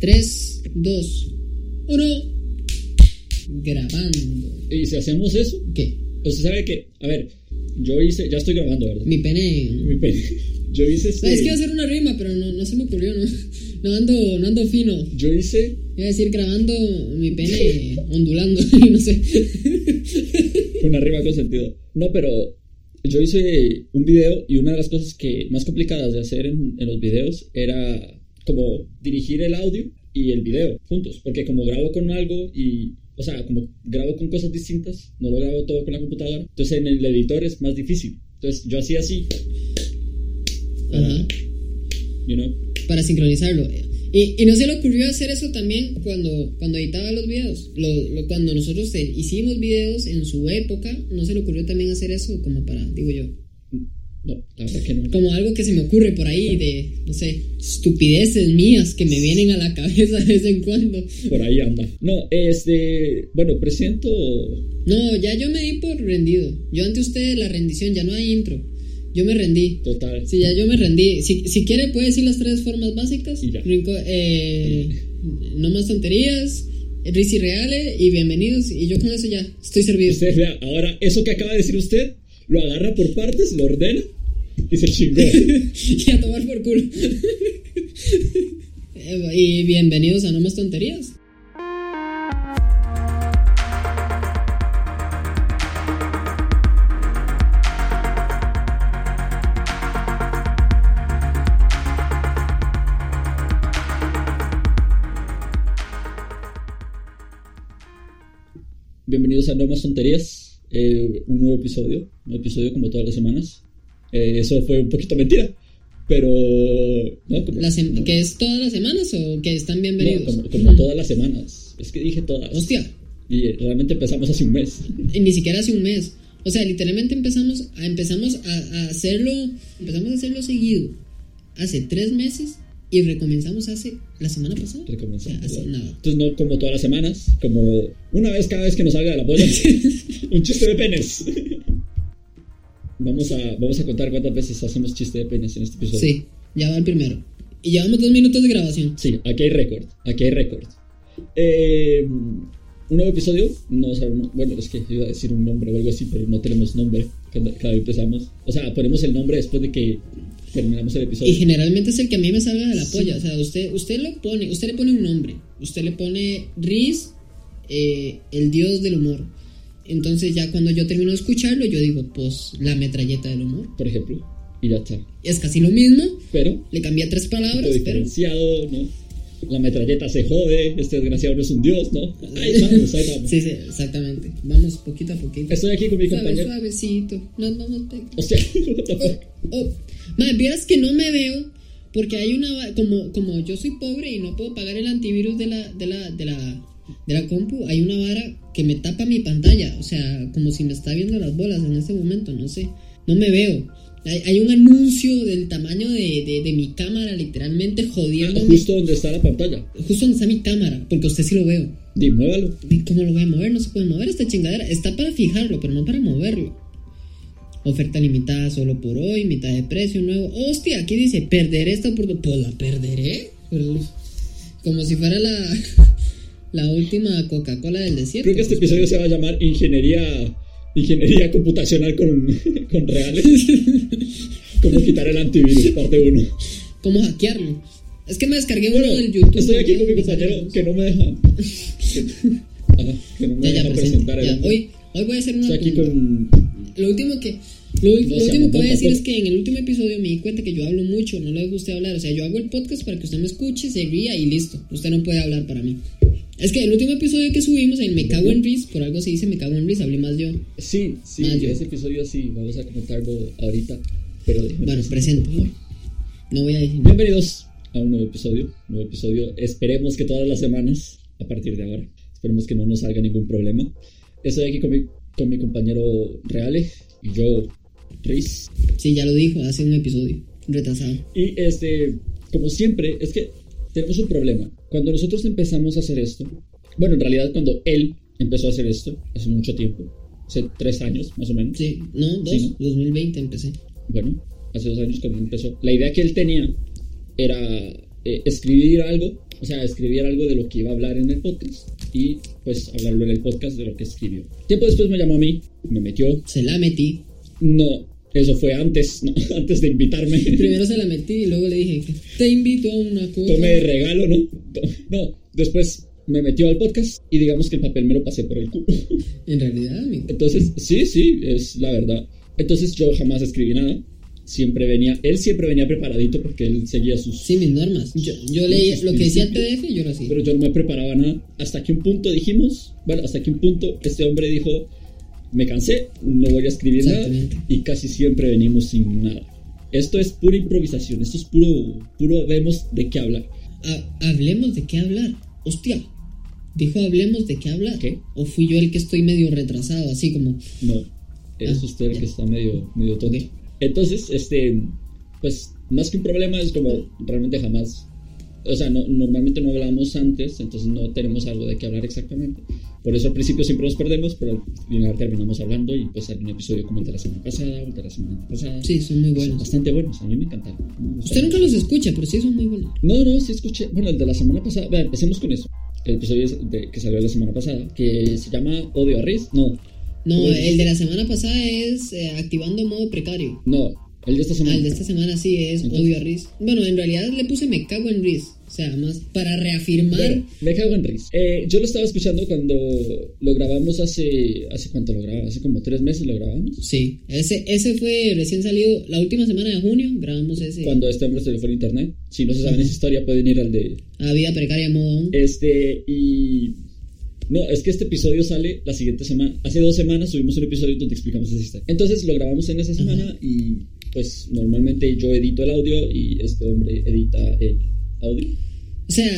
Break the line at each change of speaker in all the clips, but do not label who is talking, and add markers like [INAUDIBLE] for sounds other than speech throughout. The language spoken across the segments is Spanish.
3, 2, 1. Grabando.
Y si hacemos eso,
¿Qué?
usted sabe que, a ver, yo hice, ya estoy grabando, ¿verdad?
Mi pene.
Mi pene. [LAUGHS] Yo hice este,
Es que iba a hacer una rima, pero no, no se me ocurrió, ¿no? No ando, no ando fino.
yo hice,
Iba a decir grabando mi pene ondulando, [LAUGHS] no sé.
una rima con sentido. No, pero yo hice un video y una de las cosas que más complicadas de hacer en, en los videos era como dirigir el audio y el video juntos, porque como grabo con algo y, o sea, como grabo con cosas distintas, no lo grabo todo con la computadora, entonces en el editor es más difícil. Entonces yo hacía así,
Ajá.
you know.
Para sincronizarlo. Y, y no se le ocurrió hacer eso también cuando, cuando editaba los videos. Lo- lo- cuando nosotros eh, hicimos videos en su época, no se le ocurrió también hacer eso como para, digo yo,
No, la verdad que no.
como algo que se me ocurre por ahí de, no sé, estupideces mías que me vienen a la cabeza de vez en cuando.
Por ahí anda. No, este. Bueno, presento.
No, ya yo me di por rendido. Yo ante ustedes la rendición, ya no hay intro. Yo me rendí.
Total.
Sí, ya yo me rendí. Si, si quiere, puede decir las tres formas básicas.
Y ya.
Rinco- eh, no más tonterías, Riz y Reale y bienvenidos. Y yo con eso ya estoy servido.
Usted vea, ahora, eso que acaba de decir usted, lo agarra por partes, lo ordena y se
[LAUGHS]
chingó.
y a tomar por culo. [LAUGHS] Eh, y bienvenidos a No más tonterías.
Bienvenidos a No Más Tonterías, eh, un nuevo episodio, un episodio como todas las semanas. Eh, eso fue un poquito mentira, pero. No, como,
La sem-
no,
¿Que es todas las semanas o que están
no,
bienvenidos?
como, como todas las semanas. Es que dije todas.
Hostia,
Y eh, realmente empezamos hace un mes.
y ni siquiera hace un mes. O sea, literalmente empezamos a, empezamos a, a hacerlo, empezamos a hacerlo seguido hace tres meses y recomenzamos hace la semana pasada.
Recomenzamos.
O sea, hace
¿verdad?
nada.
Entonces, no como todas las semanas, como una vez cada vez que nos salga de
[LAUGHS]
la polla. un chiste de penes. [LAUGHS] vamos, a, vamos a contar cuántas veces hacemos chiste de penes en este episodio.
Sí, ya va el primero. Y llevamos dos minutos de grabación.
Sí, aquí hay récord. Aquí hay récord. Eh, un nuevo episodio. No sabemos. Bueno, es que iba a decir un nombre o algo así, pero no tenemos nombre cuando- cada vez empezamos. O sea, ponemos el nombre después de que terminamos el
Y
episodio.
generalmente es el que a mí me salga de la
Sí.
polla. O sea, usted, usted lo pone, usted le pone un nombre. Usted le pone Riz, eh, el dios del humor. Entonces ya cuando yo termino de escucharlo, yo digo, pues la metralleta del humor.
Por ejemplo. Y ya está.
Es casi lo mismo.
Pero
Le cambié tres palabras, pero
diferenciado, ¿no? La metralleta se jode, este desgraciado no es un dios, ¿no? Ahí vamos, ahí
[LAUGHS]
vamos.
Sí, sí, exactamente. Vamos poquito a poquito.
Estoy aquí con mi
Suave,
compañero.
suavecito. Nos vamos pegando.
O sea, [LAUGHS] what the fuck.
Oh, madre, vieras que no me veo porque hay una... va- Como, como yo soy pobre y no puedo pagar el antivirus de la, de la, de la, de la compu, hay una vara que me tapa mi pantalla. O sea, como si me está viendo las bolas en este momento, no sé. No me veo. Hay, hay un anuncio del tamaño de, de, de mi cámara, literalmente
Ah,
jodiéndome.
justo donde está la pantalla.
Justo donde está mi cámara, porque usted sí lo veo.
Di, muévalo.
¿Y ¿Cómo lo voy a mover? No se puede mover esta chingadera. Está para fijarlo, pero no para moverlo. Oferta limitada solo por hoy, mitad de precio nuevo. Hostia, aquí dice, perderé esta oportunidad. Pues la perderé. Como si fuera la, [LAUGHS] la última Coca-Cola del desierto.
Creo que este episodio se va a llamar Ingeniería, ingeniería Computacional con, [LAUGHS] con
[LAUGHS]
Reales. Cómo quitar el antivirus, parte 1.
¿Cómo hackearlo? Es que me descargué uno
Bueno,
del YouTube.
estoy aquí
¿no?
con mi
Me
compañero
salió.
que no
[LAUGHS]
me deja. Ajá, que no me
Ya, ya,
deja
presente,
presentar
ya.
el.
Hoy, hoy voy a hacer una
Estoy aquí
pregunta.
con.
Lo último que lo, ul-
No
lo
sea
último que voy
mamón
a decir es
tampoco.
que en el último episodio me di cuenta que yo hablo mucho, no le gusta hablar. O sea, yo hago el podcast para que usted me escuche, se ría y listo. Usted no puede hablar para mí. Es que el último episodio que subimos, el Me Cago en Riz, por algo se dice Me Cago en Riz, hablé más yo.
Sí, sí,
Mayo.
ese episodio sí, vamos a comentarlo ahorita. Pero déjame
Bueno, presente,
presentar.
por favor. No voy a decir nada.
Bienvenidos a un nuevo episodio. Nuevo episodio, esperemos que todas las semanas, a partir de ahora. Esperemos que no nos salga ningún problema. Estoy aquí con mi, con mi compañero Reale y yo, Riz.
Sí, ya lo dijo hace un episodio, retrasado.
Y este, como siempre, es que tenemos un problema. Cuando nosotros empezamos a hacer esto, bueno, en realidad cuando él empezó a hacer esto, hace mucho tiempo, hace tres años más o menos.
Sí, no, dos,
Sí,
2020 empecé.
bueno, hace dos años cuando empezó, la idea que él tenía era eh, escribir algo o sea, escribir algo de lo que iba a hablar en el podcast y pues hablarlo en el podcast de lo que escribió. Tiempo después me llamó a mí, me metió.
Se la metí.
No, eso fue antes, [LAUGHS] no, antes de invitarme.
Primero se la metí y luego le dije, te invito a una cosa.
Tome de regalo, ¿no? To- No, después me metió al podcast y digamos que el papel me lo pasé por el culo.
En realidad, amigo.
Entonces, sí, sí, es la verdad. Entonces yo jamás escribí nada. Siempre venía, él siempre venía preparadito porque él seguía sus...
Sí, mis normas. Yo, yo leía lo que decía el PDF, yo lo hacía.
Pero yo no me preparaba nada. Hasta que un punto dijimos, bueno, hasta que un punto este hombre dijo, me cansé, no voy a escribir nada.
Exactamente.
Y casi siempre venimos sin nada. Esto es pura improvisación, esto es puro, puro vemos de qué hablar.
Ha- hablemos de qué hablar. Hostia. Dijo, hablemos de qué hablar.
¿Qué?
O fui yo el que estoy medio retrasado, así como,
No, es
Ah,
usted el
ya.
que está medio, medio tonto. Entonces, este, pues, más que un problema es como realmente jamás, o sea, no, normalmente no hablamos antes, entonces no tenemos algo de qué hablar exactamente. Por eso al principio siempre nos perdemos, pero al final terminamos hablando y pues hay un episodio como el de la semana pasada, el de la semana pasada.
sí, son muy
Son
buenos.
bastante buenos, a mí me encantaron. O sea,
Usted nunca los escucha, pero sí son muy buenos.
no, no, sí escuché. Bueno, el de la semana pasada. Vea, empecemos con eso. El episodio es de- que salió la semana pasada, que se llama Odio a Riz. No,
No,
Bueno.
el de la semana pasada es eh, activando modo precario.
no, el de esta
Ah,
semana.
el de esta semana sí es
Entonces-
odio a Riz. Bueno, en realidad le puse me cago en Riz. O sea, más para reafirmar.
Bueno, me cago en Riz. Eh, yo lo estaba escuchando cuando lo grabamos hace. ¿Hace cuánto lo grabamos? Hace como tres meses lo grabamos.
Sí, ese, ese fue recién salido la última semana de junio. Grabamos ese.
Cuando este hombre se le fue a internet. Si no se saben esa historia, pueden ir al de.
A vida precaria modo on.
Este, y. No, es que este episodio sale la siguiente semana. Hace dos semanas subimos un episodio donde explicamos esa historia. Entonces lo grabamos en esa semana y, pues, normalmente yo edito el audio y este hombre edita el audio.
O sea,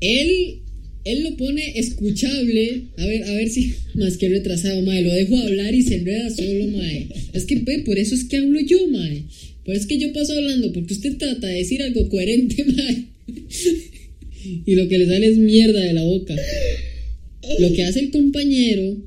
él, él lo pone escuchable. A ver, a ver si. Más que retrasado, mae. Lo dejo hablar y se enreda solo, mae. Es que pe, por eso es que hablo yo, mae. Por eso es que yo paso hablando, porque usted trata de decir algo coherente, [LAUGHS] mae. Y lo que le sale es mierda de la boca. Lo que hace el compañero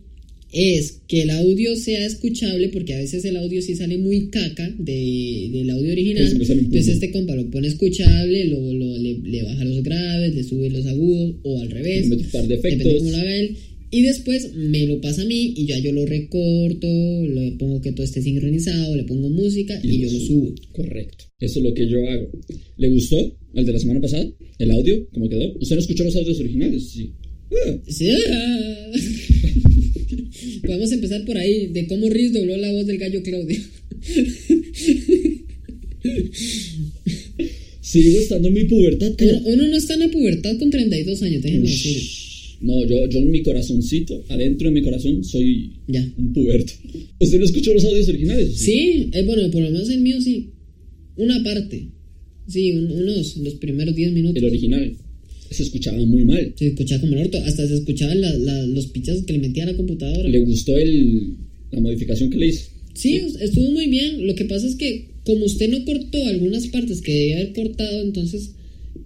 es que el audio sea escuchable, porque a veces el audio sí sale muy caca de- del audio original.
Eso me sale un
Entonces
puño.
este compa lo pone escuchable, lo, lo- le, le baja los graves, le sube los agudos o al revés.
Le meto un par de
depende
efectos.
cómo lo haga él. Y después me lo pasa a mí y ya yo lo recorto, le pongo que todo esté sincronizado, le pongo música y, yo lo subo.
Correcto. Eso es lo que yo hago. ¿Le gustó el de la semana pasada? ¿El audio? ¿Cómo quedó? ¿Usted no escuchó los audios originales? Sí. Ah,
Sí. [LAUGHS] Podemos empezar por ahí, de cómo Riz dobló la voz del gallo Claudio.
sigue estando en mi pubertad.
Uno,
cara.
uno no está en la pubertad con 32 años, déjenme decir.
Shh. No, yo, yo en mi corazoncito, adentro de mi corazón, soy
Ya.
un puberto. ¿Usted no escuchó los audios originales?
Sí, eh, bueno, por lo menos el mío sí. Una parte. Sí, un- unos, los primeros 10 minutos.
El original se escuchaba muy mal.
Se escuchaba como el orto, hasta se escuchaban la- la- los pichazos que le metía a la computadora.
¿Le gustó el, la modificación que le hice?
Sí, estuvo muy bien. Lo que pasa es que como usted no cortó algunas partes que debía haber cortado, entonces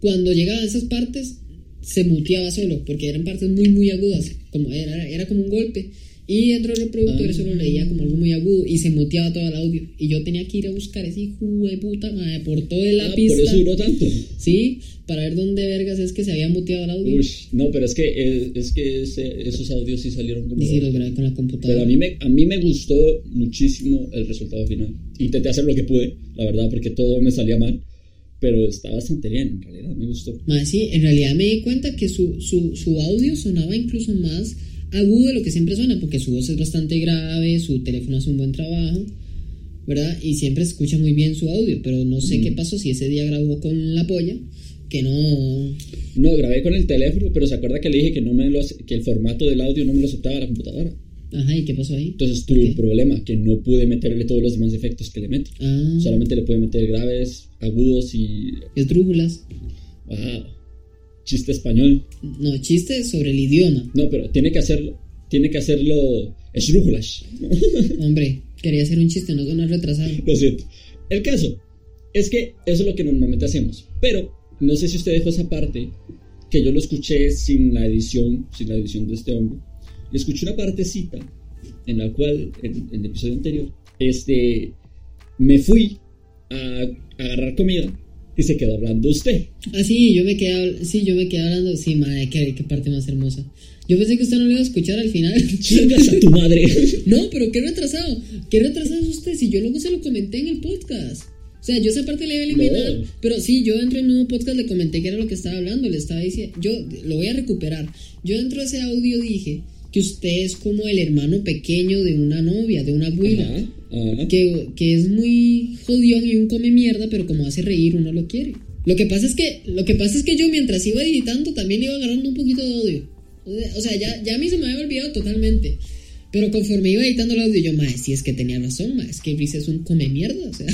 cuando llegaban esas partes se muteaba solo, porque eran partes muy, muy agudas, como era, era como un golpe. Y dentro del reproductor
Ah.
eso lo leía como algo muy agudo y se muteaba todo el audio. Y yo tenía que ir a buscar ese hijo de puta madre por toda la
Ah,
pista.
por eso duró tanto.
Sí, para ver dónde vergas es que se había muteado el audio.
Uy, no, pero es que, eh, es que ese- esos audios sí salieron como...
Y si lo grabé con la
Pero
computadora.
a mí, me, a mí me gustó muchísimo el resultado final. Intenté hacer lo que pude, la verdad, porque todo me salía mal. Pero está bastante bien, en realidad, me gustó.
Mae, Ah, sí, en realidad me di cuenta que su, su, su audio sonaba incluso más agudo de lo que siempre suena, porque su voz es bastante grave, su teléfono hace un buen trabajo, ¿verdad? Y siempre se escucha muy bien su audio, pero no sé qué pasó si ese día grabó con la polla, que no...
No, grabé con el teléfono, pero se acuerda que le dije que, no me lo, ace- que el formato del audio no me lo aceptaba la computadora.
Ajá, ¿y qué pasó ahí?
Entonces tuve
Ok.
un problema, que no pude meterle todos los demás efectos que le meto.
Ah,
Solamente le pude meter graves, agudos y...
esdrújulas.
¡Wow! Chiste español.
No, chiste sobre el idioma.
No, pero tiene que hacerlo... Tiene que hacerlo... Esdrújulas.
Hombre, quería hacer un chiste, no sonar retrasado.
Lo siento. El caso es que eso es lo que normalmente hacemos. Pero no sé si usted dejó esa parte que yo lo escuché sin la edición, sin la edición de este hombre. Y escuché una partecita en la cual, en, en el episodio anterior, este, me fui a, agarrar comida y se quedó hablando usted.
Ah, sí, yo me quedé, habl- sí, yo me quedé hablando. Sí, madre, qué, qué parte más hermosa. Yo pensé que usted no lo iba a escuchar al final.
Chingas a tu
[LAUGHS]
madre.
No, pero qué retrasado. Qué retrasado es usted si yo luego se lo comenté en el podcast. O sea, yo esa parte le iba a eliminar.
No.
Pero sí, yo dentro del nuevo podcast le comenté que era lo que estaba hablando. Le estaba diciendo. Yo lo voy a recuperar. Yo dentro de ese audio dije que usted es como el hermano pequeño de una novia, de una abuela.
Ajá, ajá.
que, que es muy jodión y un come mierda, pero como hace reír uno lo quiere. Lo que pasa es que, lo que pasa es que yo mientras iba editando también le iba agarrando un poquito de odio. O sea, ya, ya a mí se me había olvidado totalmente. Pero conforme iba editando el audio, yo, mae, si es que tenía razón, mae, es que Brice es un come mierda, o sea,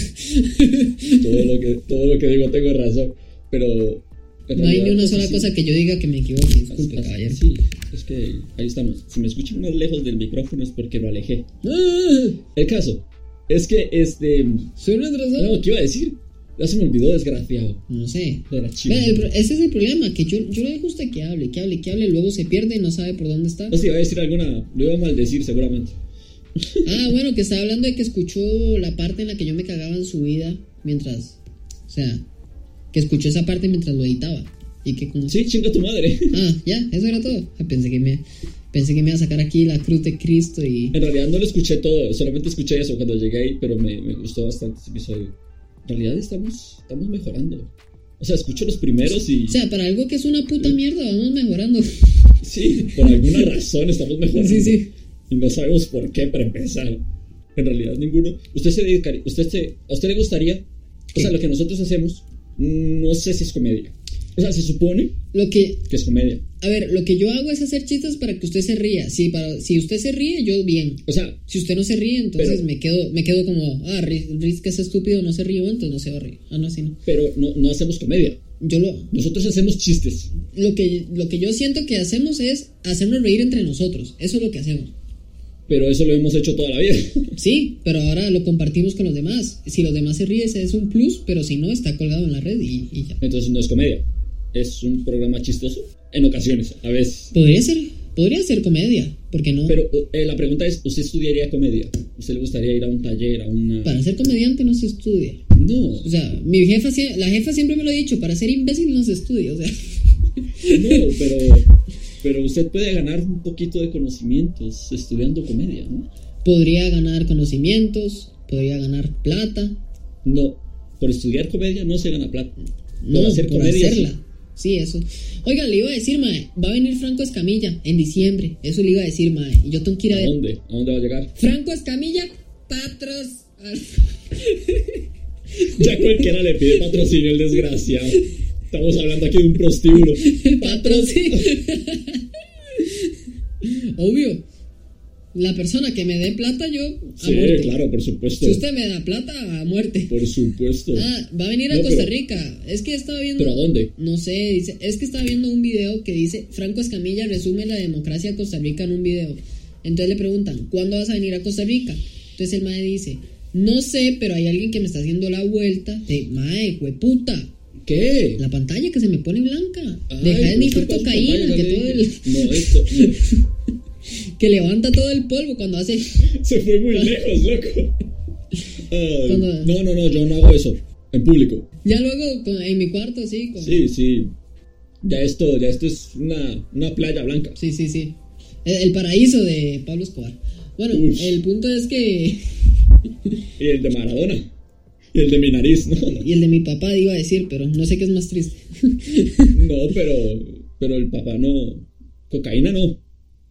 Todo lo que, todo lo que digo tengo razón, pero... en
no hay
realidad,
ni una
pues,
sola
sí.
cosa que yo diga que me equivoque, disculpe,
Así-
caballero.
Sí, es que ahí estamos. Si me escuchan más lejos del micrófono es porque lo alejé.
Ah,
El caso es que, este...
soy un atrasado.
No, ¿qué iba a decir? Ya se me olvidó, desgraciado.
No sé.
De
Ve, eh, el
la
pro-
chingada.
ese es el problema, que yo, yo le dejo a usted que hable, que hable, que hable, luego se pierde y no sabe por dónde está.
No sé, iba a decir alguna... Lo iba a maldecir seguramente.
Ah, bueno, que estaba hablando de que escuchó la parte en la que yo me cagaba en su vida mientras. O sea, que escuchó esa parte mientras lo editaba. Y que como.
Sí, chinga tu madre. [LAUGHS]
Ah, ya, eso era todo. Ah, Pensé que me. Pensé que me iba a sacar aquí la cruz de Cristo y.
En realidad no lo escuché todo, solamente escuché eso cuando llegué ahí, pero me, me gustó bastante ese episodio. En realidad estamos, estamos mejorando. O sea, escucho los primeros y...
O sea, para algo que es una puta mierda, vamos mejorando. [LAUGHS]
Sí, por alguna razón estamos mejorando.
Sí, sí.
Y no sabemos por qué, para empezar. En realidad, ninguno. ¿Usted se dedicaría, usted se, a usted le gustaría, o
¿Qué?
sea, lo que nosotros hacemos, no sé si es comedia. O sea, se supone
Lo que.
que es comedia.
A ver, lo que yo hago es hacer chistes para que usted se ría. Si, para, si usted se ríe, yo bien.
O sea,
Si usted no se ríe, entonces
Pero-
me quedo me quedo como, ah, Riz, Riz, que es estúpido, no se ríe, entonces no se va a reír. Ah, no, así no.
pero no, no hacemos comedia.
Yo lo,
Nosotros hacemos chistes.
lo que, lo que yo siento que hacemos es hacernos reír entre nosotros. Eso es lo que hacemos.
Pero eso lo hemos hecho toda la vida. [LAUGHS]
Sí, pero ahora lo compartimos con los demás. Si los demás se ríen, ese es un plus, pero si no, está colgado en la red y, y ya.
Entonces no es comedia. Es un programa chistoso. En ocasiones, a veces.
Podría ser, podría ser comedia, porque no?
Pero eh, la pregunta es, ¿usted estudiaría comedia? ¿Usted le gustaría ir a un taller, a una...
para ser comediante no se estudia.
No,
O sea, mi jefa, sie- la jefa siempre me lo ha dicho, para ser imbécil no se estudia. O sea, [LAUGHS]
No, pero, pero usted puede ganar un poquito de conocimientos estudiando comedia, ¿no?
podría ganar conocimientos, podría ganar plata,
No, por estudiar comedia no se gana plata.
No,
por hacer
por
comedia. sí.
hacerla. Sí, eso. Oiga, le iba a decir, mae, va a venir Franco Escamilla en diciembre. Eso le iba a decir, mae. Y yo tengo que ir a
¿A
ver.
dónde? ¿A dónde va a llegar? [LAUGHS]
Franco Escamilla, patros. [LAUGHS]
Ya cualquiera le pide patrocinio el desgraciado. Estamos hablando aquí de
[LAUGHS]
un prostíbulo.
patros. [LAUGHS] Obvio. La persona que me dé plata, yo a
Sí,
muerte.
claro, por supuesto.
Si usted me da plata, a muerte.
Por supuesto.
Ah, va a venir a
No,
Costa
pero-
Rica. Es que estaba viendo.
¿Pero a dónde?
No sé, dice, es que estaba viendo un video que dice, Franco Escamilla resume la democracia de Costa Rica en un video. Entonces le preguntan, ¿cuándo vas a venir a Costa Rica? Entonces el mae dice, no sé, pero hay alguien que me está haciendo la vuelta de, mae, hueputa,
¿Qué?
la pantalla que se me pone blanca.
Ay,
Deja de
pero
nifar
¿qué pasa, papá?
cocaína,
Ya
que,
le
todo
dije.
el-
No, esto... no.
que levanta todo el polvo cuando hace...
Se fue muy lejos, loco. [LAUGHS] Ay,
Cuando-
no, no, no, yo no hago eso. En público.
Ya luego con- en mi cuarto, sí, con-
Sí, sí. Ya esto, ya esto es una, una playa blanca.
Sí, sí, sí. El, el paraíso de Pablo Escobar. Bueno,
Ush.
el punto es que...
Y el de Maradona. Y el de mi nariz, ¿no? [LAUGHS]
Y el de mi papá iba a decir, pero no sé qué es más triste.
No, pero, pero el papá no. Cocaína no.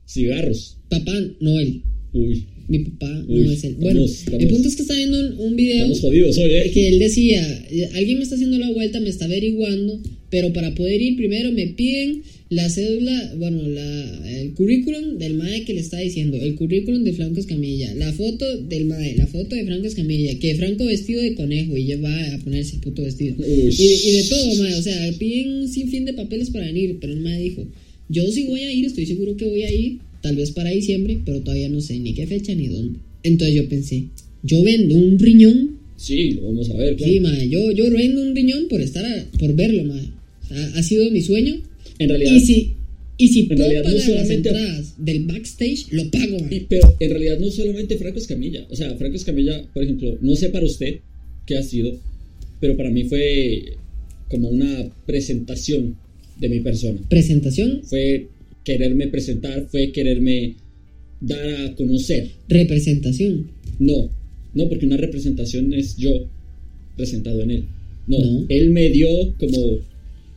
Cigarros.
Papá Noel.
Uy,
Mi papá
Uy,
no es él. Bueno,
estamos- estamos-
el punto es que está viendo un, un video
estamos jodidos hoy, ¿eh?
que él decía, eh, alguien me está haciendo la vuelta, me está averiguando, pero para poder ir primero me piden la cédula, bueno, la, el currículum del MAE que le está diciendo, el currículum de Franco Escamilla, la foto del MAE, la foto de Franco Escamilla, que Franco vestido de conejo y ya va a ponerse el puto vestido.
Uy.
Y, y de todo, mae, o sea, piden un sinfín de papeles para venir, pero el mae dijo, yo sí voy a ir, estoy seguro que voy a ir, tal vez para diciembre, pero todavía no sé ni qué fecha ni dónde. Entonces yo pensé, yo vendo un riñón,
Sí, lo vamos a ver. claro.
sí, mae, yo, yo vendo un riñón por estar, a- por verlo, mae. Ha, ha sido mi sueño.
En realidad.
Y si, y si puedo
realidad no
pagar las
solamente-
entradas del backstage, lo pago, mae.
Y- pero en realidad no solamente Franco Escamilla. O sea, Franco Escamilla, por ejemplo, no sé para usted qué ha sido, pero para mí fue como una presentación de mi persona.
Presentación,
Fue quererme presentar, fue quererme dar a conocer.
representación.
No, no, porque una representación es yo presentado en él. No,
No.
él me dio como,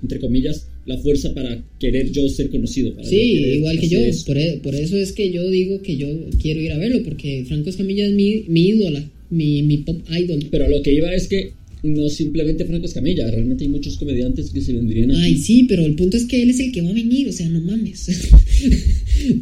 entre comillas, la fuerza para querer yo ser conocido. para
Sí,
yo querer
igual que yo.
hacer eso.
Por, e- por eso es que yo digo que yo quiero ir a verlo, porque Franco Escamilla es mi, mi ídola, mi, mi pop idol.
Pero a lo que iba es que no simplemente Franco Escamilla, realmente hay muchos comediantes que se vendrían aquí.
Ay, sí, pero el punto es que él es el que va a venir, o sea, no mames. [LAUGHS]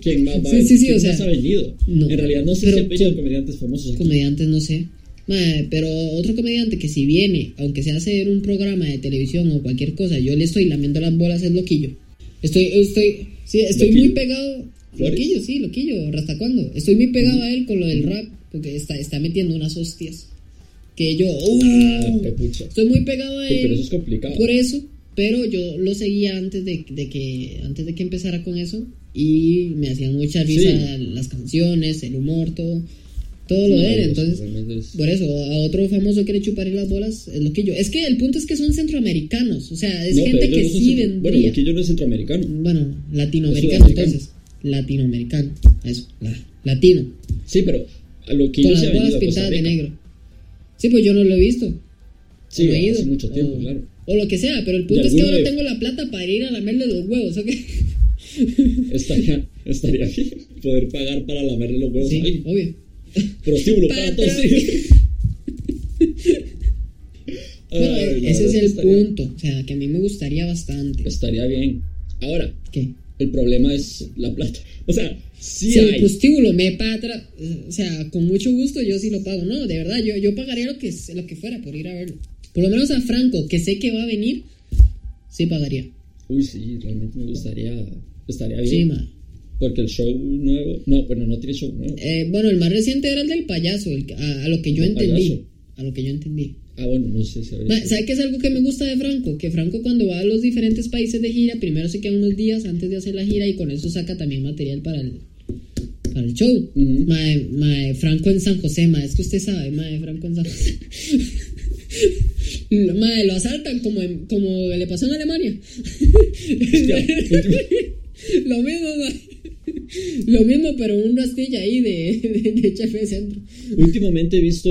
¿Quién más va
Sí, sí, sí,
quién
o sea,
más ha venido?
no.
en realidad no sé
Pero
si han venido
con-
comediantes famosos aquí.
comediantes, no sé. Mae, pero otro comediante que si viene, aunque sea a hacer un programa de televisión o cualquier cosa, yo le estoy lamiendo las bolas, es loquillo. Estoy, estoy, sí, estoy
Loquillo.
muy pegado.
Flores.
Loquillo, sí, loquillo, ¿hasta cuándo? Estoy muy pegado a él con lo del rap, porque está, está metiendo unas hostias. Que yo, ¡uh!
Ah, pepucha.
estoy muy pegado a
Sí, pero eso
él
es complicado.
por eso, pero yo lo seguía antes de, de que antes de que empezara con eso y me hacían mucha risa
Sí.
las canciones, el humor, todo, todo lo
No,
de él,
eso
entonces
realmente es-
por eso, a otro famoso que le chuparé las bolas es Loquillo. Es que el punto es que son centroamericanos, o sea, es
No, pero
gente
ellos
que
no son
sí
centro-
vendría.
Bueno, Loquillo no es centroamericano.
Bueno, latinoamericano,
Sudamericano.
entonces. Latinoamericano, eso, la- latino.
Sí, pero a Loquillo
Con
se
las
ha
bolas
venido a Costa
pintadas de
Rica.
negro. Sí, pues yo no lo he visto.
Sí,
no he Oh.
hace mucho tiempo,
o,
claro.
O lo que sea, pero el punto
De
es que
alguna
ahora
vez.
tengo la plata para ir a lamerle los huevos, ¿ok?
Estaría, estaría bien poder pagar para lamerle los huevos.
Sí,
Ay,
obvio.
prostíbulo para todos.
[LAUGHS] Patrón.
sí. Ay,
Bueno,
la
ese
verdad
es
que
el
estaría- Pues,
punto, o sea, que a mí me gustaría bastante.
Estaría bien. Ahora,
¿Qué?
el problema es la plata. O sea, sí,
Si el
hay.
prostíbulo me patra, o sea, con mucho gusto yo sí lo pago. No, de verdad, yo, yo pagaría lo que, lo que fuera por ir a verlo. Por lo menos a Franco, que sé que va a venir, sí pagaría.
Uy, sí, realmente me gustaría. Estaría bien.
Sí, ma.
Porque el show nuevo. No, bueno, no tiene show nuevo.
Eh, bueno, el más reciente era el del payaso, el que- a, a lo que yo
¿El
entendí.
payaso?
A lo que yo entendí.
Ah, bueno, no sé si habría.
Ma,
show.
¿Sabe qué es algo que me gusta de Franco? Que Franco cuando va a los diferentes países de gira, primero se queda unos días antes de hacer la gira y con eso saca también material para el, para el show.
Ujú.
Mae, mae, Franco en San José, mae, es que usted sabe, mae, Franco en San José. [LAUGHS] Lo- mae, lo asaltan como, en- como le pasó en Alemania.
Hostia.
[LAUGHS] lo mismo, mae. Lo mismo, pero un rastilla ahí de, de, de chef de centro.
Últimamente he visto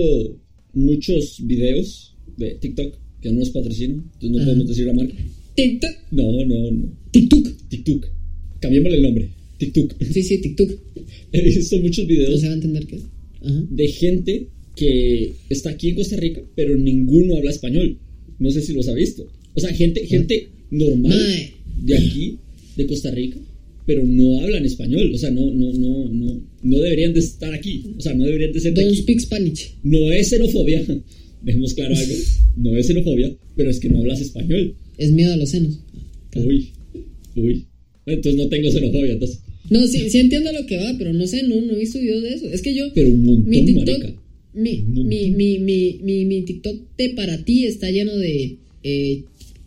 muchos videos de TikTok que no nos patrocinan. Entonces no
Ajá.
podemos decir la marca.
TikTok.
No, no, no.
TikTok.
TikTok. Cambiémosle el nombre. TikTok. [LAUGHS]
Sí, sí, TikTok.
He visto muchos
No
videos
se va a entender qué es. Ajá.
de gente que está aquí en Costa Rica, pero ninguno habla español. No sé si los ha visto. O sea, gente, gente normal
Ah. Mae.
de aquí, de Costa Rica, pero no hablan español. O sea, no, no, no, no, no deberían de estar aquí. O sea, no deberían de ser de
Don't
aquí.
speak Spanish.
No es xenofobia. [LAUGHS] Dejemos claro algo. No es xenofobia, pero es que no hablas español.
Es miedo a los senos.
Uy, uy. Entonces no tengo xenofobia, entonces.
No, sí, sí entiendo lo que va, pero no sé, no, no he visto videos de eso. Es que yo.
Pero un montón,
mi TikTok,
marica.
mi,
Un montón.
mi, mi, mi, mi, mi TikTok de para ti está lleno de, eh,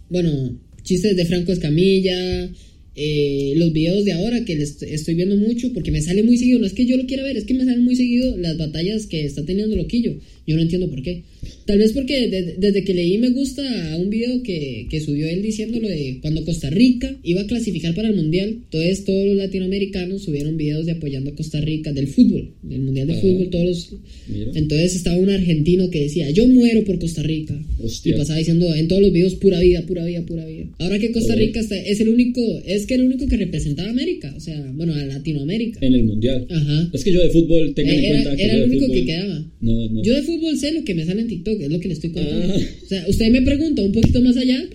bueno, chistes de Franco Escamilla, eh, los videos de ahora que les estoy viendo mucho porque me sale muy seguido. No es que yo lo quiera ver, es que me salen muy seguido las batallas que está teniendo Loquillo. Yo no entiendo por qué. Tal vez porque de- desde que leí me gusta a un video que, que subió él diciendo lo de cuando Costa Rica iba a clasificar para el Mundial, entonces todos los latinoamericanos subieron videos de apoyando a Costa Rica del fútbol, del Mundial de
Ajá.
Fútbol, todos los
Mira.
entonces estaba un argentino que decía, yo muero por Costa Rica.
Hostia.
Y pasaba diciendo en todos los videos, pura vida, pura vida, pura vida. Ahora que Costa
Joder.
Rica está- es el único, es que el único que representaba a América, o sea, bueno, a Latinoamérica.
En Pues, el mundial.
Ajá.
Es que yo de fútbol tengan en
Eh, Era-
cuenta que
era
yo
el
de
único
fútbol-
que quedaba.
No, no.
Yo
[LAUGHS]
de fútbol sé lo que me sale en TikTok, es lo que le estoy contando.
Ah.
O sea, usted me pregunta un poquito más allá.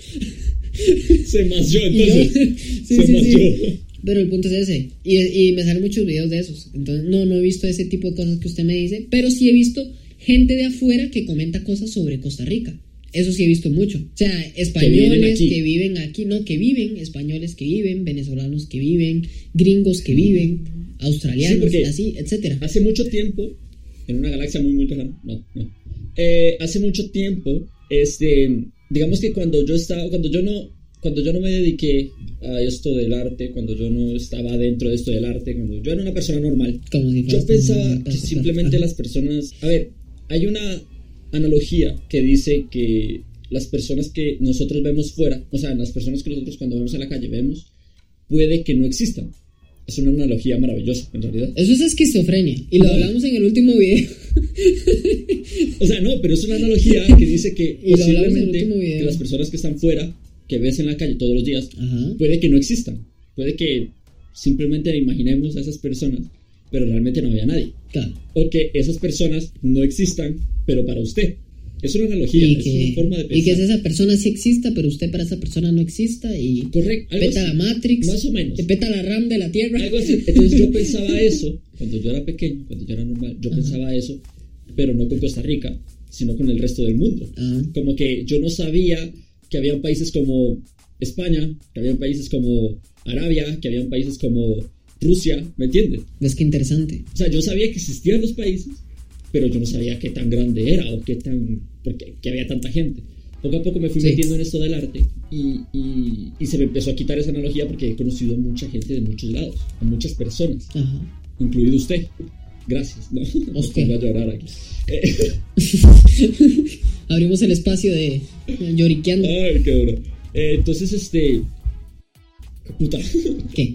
sé más yo
Y yo,
entonces.
[LAUGHS] sí,
sé
sí,
más
sí.
yo.
Pero el punto es ese. Y, y me salen muchos videos de esos. Entonces, no, no he visto ese tipo de cosas que usted me dice. Pero sí he visto gente de afuera que comenta cosas sobre Costa Rica. Eso sí he visto mucho. O sea, españoles
aquí.
que viven aquí, no, que viven, españoles que viven, venezolanos que viven, gringos que viven,
Sí,
australianos,
porque-
así, etcétera.
Hace mucho tiempo, en una galaxia muy, muy lejana, no, no. Eh, hace mucho tiempo, este, digamos que cuando yo estaba, cuando yo no, cuando yo no me dediqué a esto del arte, cuando yo no estaba dentro de esto del arte, cuando yo era una persona normal,
Como si fuera este
yo
esta-
pensaba que
esta-
simplemente
ajá.
las personas, a ver, hay una analogía que dice que las personas que nosotros vemos fuera, o sea, las personas que nosotros cuando vamos a la calle vemos, puede que no existan. Es una analogía maravillosa, en realidad.
Eso es esquizofrenia. Y lo
No.
hablamos en el último video.
O sea, no, pero es una analogía que dice que
[LAUGHS] Y lo hablamos en el
posiblemente
último video.
que las personas que están fuera, que ves en la calle todos los días,
Ajá.
puede que no existan. Puede que simplemente imaginemos a esas personas, pero realmente no había nadie.
Claro.
O que esas personas no existan, pero para usted. Es una analogía,
Y
es
que,
una forma de
y que
pensar.
esa persona sí exista, pero usted para esa persona no exista. Y
Correcto, algo
peta la
así,
Matrix.
más o menos.
Te peta la RAM de la Tierra. [LAUGHS]
Algo así. Entonces yo pensaba eso cuando yo era pequeño, cuando yo era normal, yo
Ajá.
pensaba eso, pero no con Costa Rica, sino con el resto del mundo.
Ah,
Como que yo no sabía que habían países como España, que habían países como Arabia, que habían países como Rusia, ¿me entiendes?
ves que interesante.
O sea, yo sabía que existían los países, pero yo no sabía qué tan grande era o qué tan. porque que había tanta gente. Poco a poco me fui
Sí.
metiendo en esto del arte y, y- y se me empezó a quitar esa analogía porque he conocido a mucha gente de muchos lados, a muchas personas,
Ajá.
incluido usted. Gracias, ¿no? [LAUGHS] Os
Usted.
pongo a llorar aquí.
Abrimos el espacio de lloriqueando.
Ay, qué duro. Eh, entonces, este. Puta. [LAUGHS]
¿Qué?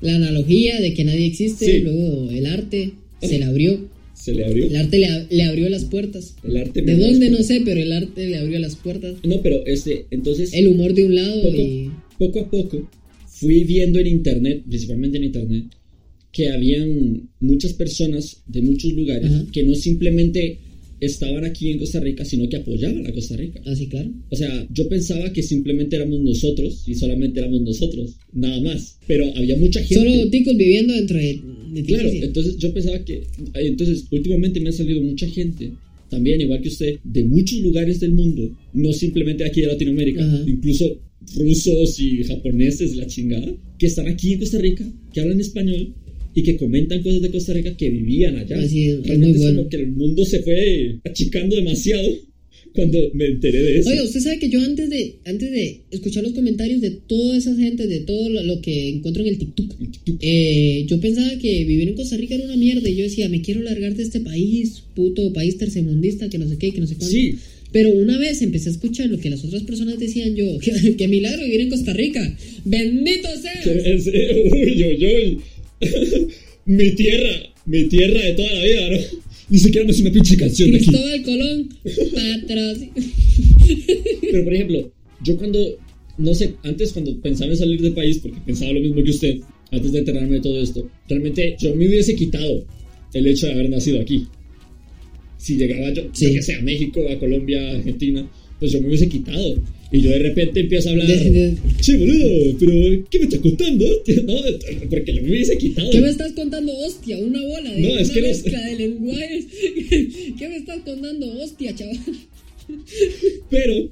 La analogía de que nadie existe,
Sí. Eh.
luego el arte se le abrió.
Se le abrió.
El arte le, ab- le abrió las puertas.
El arte.
¿De
me-
dónde? No sé, pero el arte le abrió las puertas.
No, pero este. Entonces.
El humor de un lado
poco,
y...
poco a poco fui viendo en internet, principalmente en internet, que habían muchas personas de muchos lugares
Ajá.
que no simplemente estaban aquí en Costa Rica, sino que apoyaban a Costa Rica.
Así, ah, claro.
O sea, yo pensaba que simplemente éramos nosotros y solamente éramos nosotros, nada más. Pero había mucha gente.
Solo ticos viviendo dentro de... de
Claro,
ticos, sí.
entonces yo pensaba que, entonces últimamente me ha salido mucha gente, también igual que usted, de muchos lugares del mundo, no simplemente aquí de Latinoamérica,
Ajá.
incluso rusos y japoneses, la chingada, que están aquí en Costa Rica, que hablan español y que comentan cosas de Costa Rica que vivían allá.
Así es, es
Realmente
muy bueno.
como que el mundo se fue achicando demasiado cuando me enteré de eso.
Oye, usted sabe que yo antes de antes de escuchar los comentarios de toda esa gente, de todo lo, lo que encuentro en el TikTok, eh, yo pensaba que vivir en Costa Rica era una mierda y yo decía, me quiero largar de este país, puto país tercermundista, que no sé qué, que no sé cuánto.
Sí,
Pero una vez empecé a escuchar lo que las otras personas decían yo, [LAUGHS] que, que milagro vivir en Costa Rica, bendito sea.
[LAUGHS] que es- eh, uy, uy, uy. [LAUGHS] mi tierra, mi tierra de toda la vida, ¿no? Ni siquiera me hace una pinche canción de aquí.
Cristóbal Colón,
[LAUGHS]
patrocinio.
Pero por ejemplo, yo cuando, no sé, antes cuando pensaba en salir del país, porque pensaba lo mismo que usted, antes de enterarme de todo esto, realmente yo me hubiese quitado el hecho de haber nacido aquí. Si llegaba yo,
Sí.
yo que sea a México, a Colombia, a Argentina, pues yo me hubiese quitado. Y yo de repente empiezo a hablar,
De- de-
che boludo, pero ¿qué me estás contando? [LAUGHS] No, porque yo me hubiese quitado.
¿Qué me estás contando, hostia? Una bola de
No, es
una
que no-
mezcla de lenguajes. [LAUGHS] ¿Qué me estás contando, hostia, chaval?
Pero,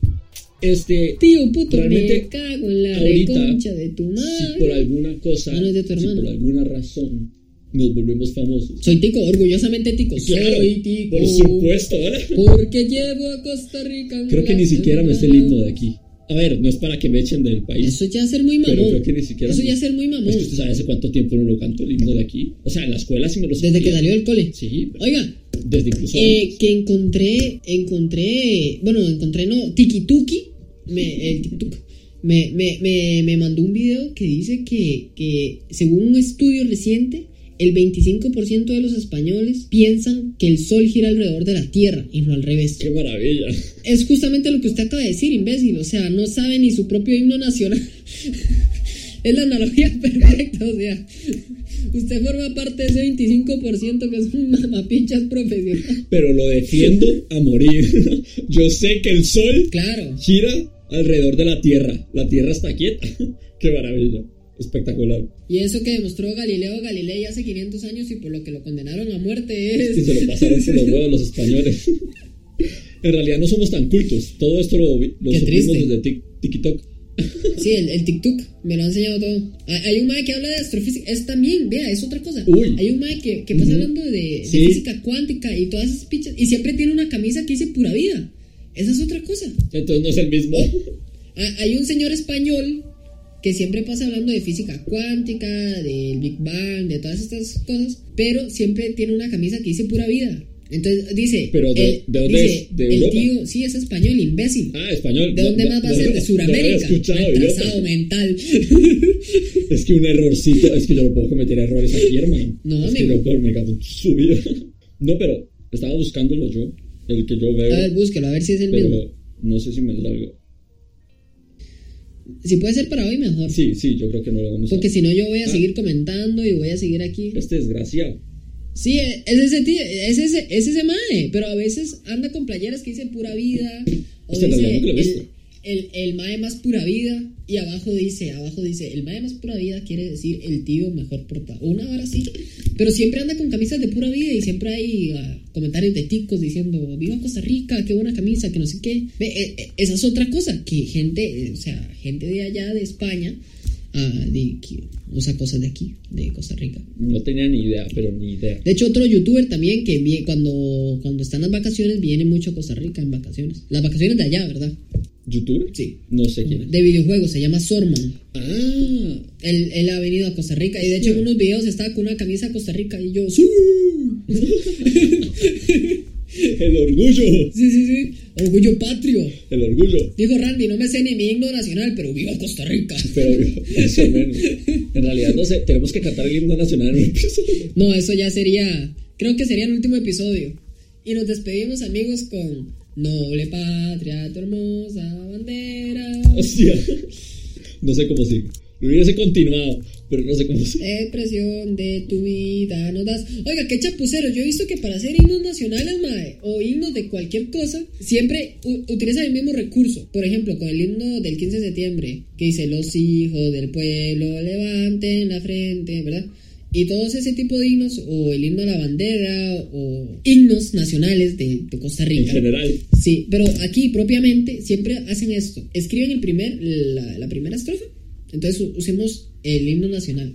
este,
Tío, puto,
Realmente,
me cago en la
ahorita,
reconcha de tu
si por
madre.
alguna cosa,
Ah, no, es de tu
si
hermano.
por alguna razón nos volvemos famosos,
Soy tico, orgullosamente tico.
Claro,
Soy tico.
por supuesto, ahora.
Porque llevo a Costa Rica. en
Creo que
la
ni siquiera me sé el
sangre.
himno de aquí. A ver, no es para que me echen del país.
Eso ya es ser muy mamón.
Pero creo que ni siquiera
Eso
me-
ya es ser muy mamón.
Es que usted sabe hace cuánto tiempo no lo canto el himno de aquí. O sea, en la escuela sí me lo
Desde que
sabía.
salió del cole.
Sí,
Oiga,
desde incluso.
Eh,
antes.
que encontré, encontré, bueno, encontré no, Tiki Tuki, me, el TikTok, me, me, me, me mandó un video que dice que, que, según un estudio reciente, el 25% de los españoles piensan que el sol gira alrededor de la Tierra y no al revés.
Qué maravilla.
Es justamente lo que usted acaba de decir, imbécil, o sea, no sabe ni su propio himno nacional. [LAUGHS] Es la analogía perfecta, o sea, usted forma parte de ese 25% que es un [LAUGHS] mamapichas profesional.
Pero lo defiendo a morir. [LAUGHS] Yo sé que el sol
Claro.
gira alrededor de la tierra. La tierra está quieta. [LAUGHS] Qué maravilla. Espectacular.
Y eso que demostró Galileo Galilei hace 500 años y por lo que lo condenaron a muerte
Y
es...
se lo pasaron
[LAUGHS]
por los huevos los españoles. [LAUGHS] En realidad no somos tan cultos. Todo esto lo, vi- lo
Qué
supimos
triste.
desde Tik- TikTok.
Sí, el, el TikTok, me lo ha enseñado todo. Hay, hay un mae que habla de astrofísica, es también, vea, es otra cosa.
Uy.
Hay un mae que, que pasa
Ujú.
hablando de, de
Sí.
física cuántica y todas esas pichas, y siempre tiene una camisa que dice pura vida. Esa es otra cosa.
Entonces no es el
[LAUGHS]
mismo.
Ha- Hay un señor español que siempre pasa hablando de física cuántica, del Big Bang, de todas estas cosas, pero siempre tiene una camisa que dice pura vida. Entonces dice.
Pero de-
el-
¿de dónde
dice,
es? ¿De
el
Europa?
tío, sí, es español, imbécil.
Ah, español.
¿De
No,
dónde
no,
más va a
no,
ser?
no,
De
no había
Suramérica.
escuchado,
Retrasado
idiota.
mental.
Es que un errorcito, es que yo no puedo cometer errores aquí, hermano.
No,
es
amigo.
que yo puedo, me cago en su vida. [LAUGHS] No, pero estaba buscándolo yo, el que yo veo,
A ver, búsquelo, a ver si Ah, es el mismo.
pero no sé si me salgo.
Si puede ser para hoy, mejor.
Sí, sí, yo creo que no lo vamos a
Porque si no, yo voy a
Ah.
seguir comentando y voy a seguir aquí.
Este desgraciado.
Sí, es ese tío, es ese, es ese mae, pero a veces anda con playeras que dicen pura vida, o
Este
dice
también, nunca lo he
el,
visto.
el, el mae más pura vida, y abajo dice, abajo dice, el mae más pura vida quiere decir el tío mejor portado, una hora sí, pero siempre anda con camisas de pura vida y siempre hay ah, comentarios de ticos diciendo, viva Costa Rica, qué buena camisa, que no sé qué. Ve, eh, eh, esa es otra cosa, que gente, eh, o sea, gente de allá, de España, ah, de, que usa cosas de aquí, de Costa Rica.
No tenía ni idea, pero ni idea.
De hecho, otro youtuber también que vie- cuando, cuando están las vacaciones viene mucho a Costa Rica en vacaciones. Las vacaciones de allá, ¿verdad?
¿Youtuber?
Sí.
No sé quién es.
De videojuegos, se llama Sorman.
Ah,
Él, él ha venido a Costa Rica y de hecho en unos videos estaba con una camisa de Costa Rica y yo... ¡Sí!
el orgullo,
Sí, sí, sí. Orgullo patrio.
el orgullo.
Dijo Randy, no me sé ni mi himno nacional, pero viva Costa Rica.
Pero yo, más o menos. En realidad, no sé, tenemos que cantar el himno nacional en un episodio.
No, eso ya sería... Creo que sería el último episodio. Y nos despedimos amigos con... Noble patria, tu hermosa bandera.
Hostia. No sé cómo sigue. Lo hubiese continuado, pero no sé cómo sigue.
Expresión eh, de tu vida nos das. Oiga, qué chapucero. Yo he visto que para hacer himnos nacionales, mae, o himnos de cualquier cosa, siempre u- utilizan el mismo recurso. Por ejemplo, con el himno del 15 de septiembre, que dice: Los hijos del pueblo levanten la frente, ¿verdad? Y todos ese tipo de himnos, o el himno a la bandera, o himnos nacionales de, de Costa
En
Rica.
general,
Sí, pero aquí propiamente siempre hacen esto. Escriben el primer, la, la primera estrofa. Entonces u- usemos el himno nacional.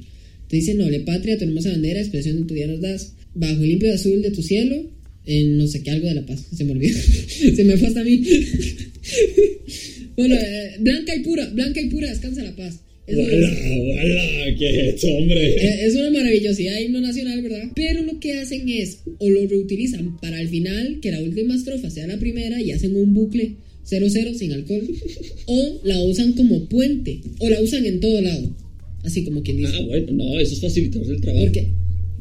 Te dice noble patria, tu hermosa bandera, expresión de tu día nos das. Bajo el limpio azul de tu cielo, en no sé qué algo de la paz. Se me olvidó. [LAUGHS] Se me fue hasta a mí. [LAUGHS] bueno, eh, blanca y pura, blanca y pura, descansa la paz. Eso
¡Wala,
es-
wala! ¿Qué es, hombre?
eh, Es una maravillosidad himno nacional, ¿verdad? Pero lo que hacen es, o lo reutilizan para el final, que la última estrofa sea la primera y hacen un bucle 00 sin
[LAUGHS]
alcohol, o la usan como puente, o la usan en todo lado, así como quien dice.
Ah, bueno, no, eso es facilitarse el trabajo.
Porque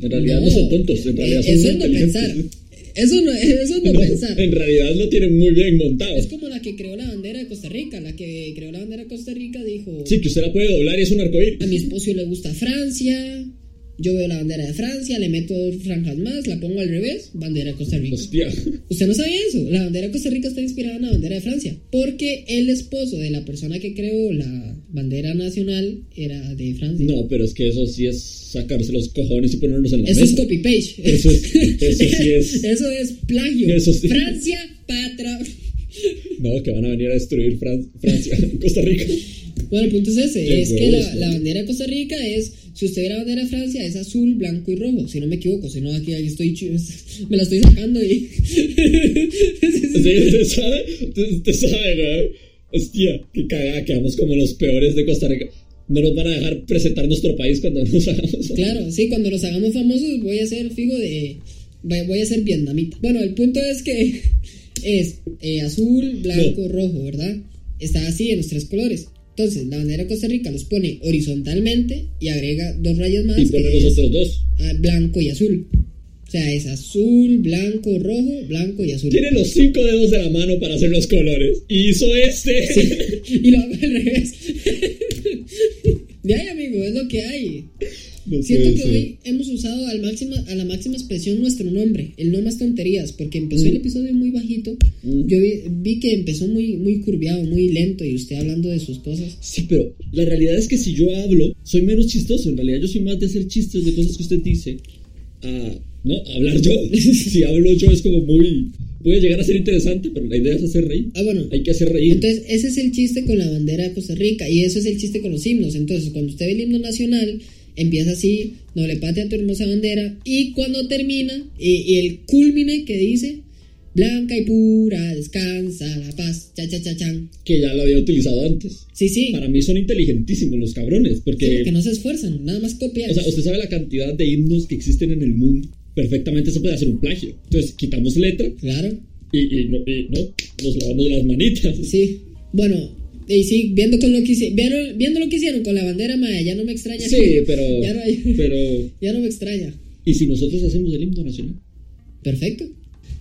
En realidad no, son tontos, en realidad
eh,
son
Eso
muy
es no pensar.
inteligentes.
Eso no, [LAUGHS] eso es no,
No,
pensar.
En realidad lo tienen muy bien montado.
Es como la que creó la bandera de Costa Rica, la que creó la bandera de Costa Rica dijo,
Sí, que usted la puede doblar y es un arcoíris.
A mi esposo le gusta Francia. Yo veo la bandera de Francia, le meto dos franjas más, la pongo al revés, bandera de Costa Rica.
Hostia.
Usted no sabía eso. La bandera de Costa Rica está inspirada en la bandera de Francia. Porque el esposo de la persona que creó la bandera nacional era de Francia.
No, pero es que eso sí es sacarse los cojones y ponernos en la
Eso es
mesa.
copy page.
Eso es- eso sí
[LAUGHS]
es-
Eso es plagio.
Eso sí.
Francia, patra.
no, que van a venir a destruir Fran- Francia, [LAUGHS] Costa Rica.
Bueno, el punto es ese.
Qué
es que la,
huevos,
la
¿no?
bandera de Costa Rica es, si usted ve la bandera de Francia, es azul, blanco y rojo. Si no me equivoco, si no aquí, aquí estoy, ch- [LAUGHS] me la estoy sacando y... [LAUGHS]
Sí, ¿Te sabe? ¿Te, te sabe, güey? Hostia, qué cagada, quedamos como los peores de Costa Rica. No nos van a dejar presentar nuestro país cuando nos hagamos.
Claro, sí, cuando nos hagamos famosos voy a ser figo de... Voy voy a ser vietnamita. Bueno, el punto es que [LAUGHS] es eh, azul, blanco, rojo, ¿verdad? Está así en los tres colores. Entonces, la bandera de Costa Rica los pone horizontalmente y agrega dos rayas más.
Y
que
poner
es-
los otros dos.
Ah, blanco y azul. O sea, es azul, blanco, rojo, blanco y azul.
Tiene los cinco dedos de la mano para hacer los colores. Y hizo este.
[LAUGHS] Y lo hago al revés. De ahí, amigo, es lo que hay.
[LAUGHS] No
Siento
puede
que
ser.
hoy hemos usado al máxima, a la máxima expresión nuestro nombre, el no más tonterías, porque empezó el episodio muy bajito.
Mm.
Yo vi, vi que empezó muy, muy curviado, muy lento, y usted hablando de sus cosas.
Sí, pero la realidad es que si yo hablo, soy menos chistoso. En realidad, yo soy más de hacer chistes de cosas que usted dice. A, no, a hablar yo. [LAUGHS] si hablo yo es como muy. Puede llegar a ser interesante, pero la idea es hacer reír.
Ah, bueno,
Hay que hacer reír.
Entonces, ese es el chiste con la bandera de Costa Rica y eso es el chiste con los himnos. Entonces, cuando usted ve el himno nacional, empieza así, noble patria, tu hermosa bandera, y cuando termina, y, y el culmine que dice, blanca y pura, descansa la paz, cha cha cha chan.
que ya lo había utilizado antes.
Sí, sí,
Para mí son inteligentísimos los cabrones,
Sí,
porque.
porque no se esfuerzan, nada más copian.
O sea, usted sabe la cantidad de himnos que existen en el mundo. perfectamente se puede hacer un plagio. Entonces quitamos letra
Claro.
y, y no, y no, nos lavamos las manitas.
Sí. Bueno, y sí, viendo, con lo que, hici- vieron- viendo lo que hicieron con la bandera maya, ya no me extraña.
Sí, pero,
[LAUGHS] Ya no hay-
pero...
Ya no me extraña.
¿Y si nosotros hacemos el himno nacional?
Perfecto.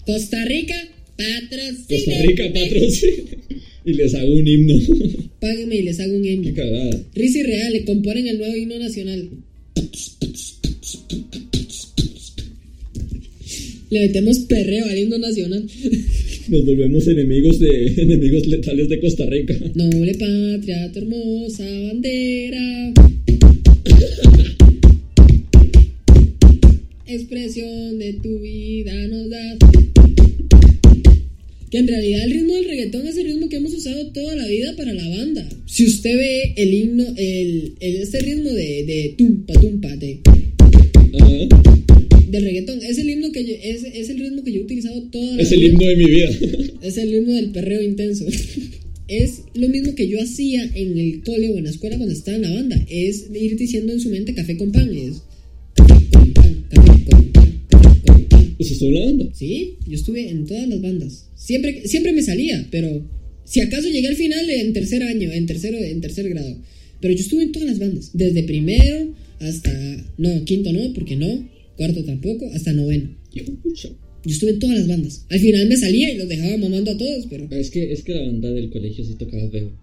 Costa Rica, patrocina.
Costa Rica, patrocina. [LAUGHS] Y les hago un himno.
Págueme y les hago un
Qué
himno.
cagada.
Risa y Real le componen el nuevo himno nacional. Le metemos perreo al himno nacional.
Nos volvemos enemigos de [LAUGHS] enemigos letales de Costa Rica.
Noble patria, tu hermosa bandera. Expresión de tu vida nos das. Que en realidad el ritmo del reggaetón es el ritmo que hemos usado toda la vida para la banda. Si usted ve el himno, el, el- este ritmo de, de tumpa, tumpa, de,
Ah,
del reggaetón, es el himno que yo- es, es el ritmo que yo he utilizado toda la
es el
vida.
himno de mi vida. [LAUGHS]
Es el himno del perreo intenso. [LAUGHS] Es lo mismo que yo hacía en el cole o en la escuela cuando estaba en la banda. Es ir diciendo en su mente café con pan. Es café con pan, café con pan, café con pan.
Eso es toda la banda.
Sí, yo estuve en todas las bandas. Siempre, siempre me salía, pero si acaso llegué al final en tercer año, en tercero, en tercer grado. Pero yo estuve en todas las bandas. Desde primero hasta. No, quinto no, porque no. Cuarto tampoco, hasta noveno.
Hijo de pucha.
Yo estuve en todas las bandas. Al final me salía y los dejaba mamando a todos, pero.
Es que, es que la banda del colegio sí tocaba feo.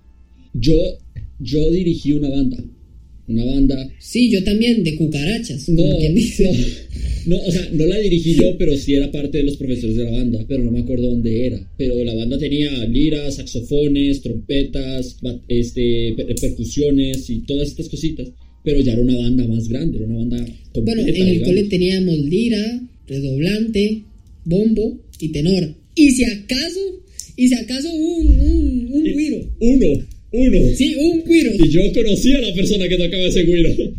Yo, yo dirigí una banda. Una banda.
Sí, yo también, de cucarachas. [LAUGHS]
No,
como quien dice.
no, no, o sea, no la dirigí yo, pero sí era parte de los profesores de la banda, pero no me acuerdo dónde era. Pero la banda tenía liras, saxofones, trompetas, ba- este, per- percusiones y todas estas cositas. Pero ya era una banda más grande, era una banda completa.
Bueno, en el
digamos.
cole teníamos lira, redoblante, bombo y tenor. Y si acaso, y si acaso un, un, un
Y-
güiro.
Uno, uno.
Sí, un güiro.
Y yo conocí a la persona que tocaba ese güiro. [LAUGHS]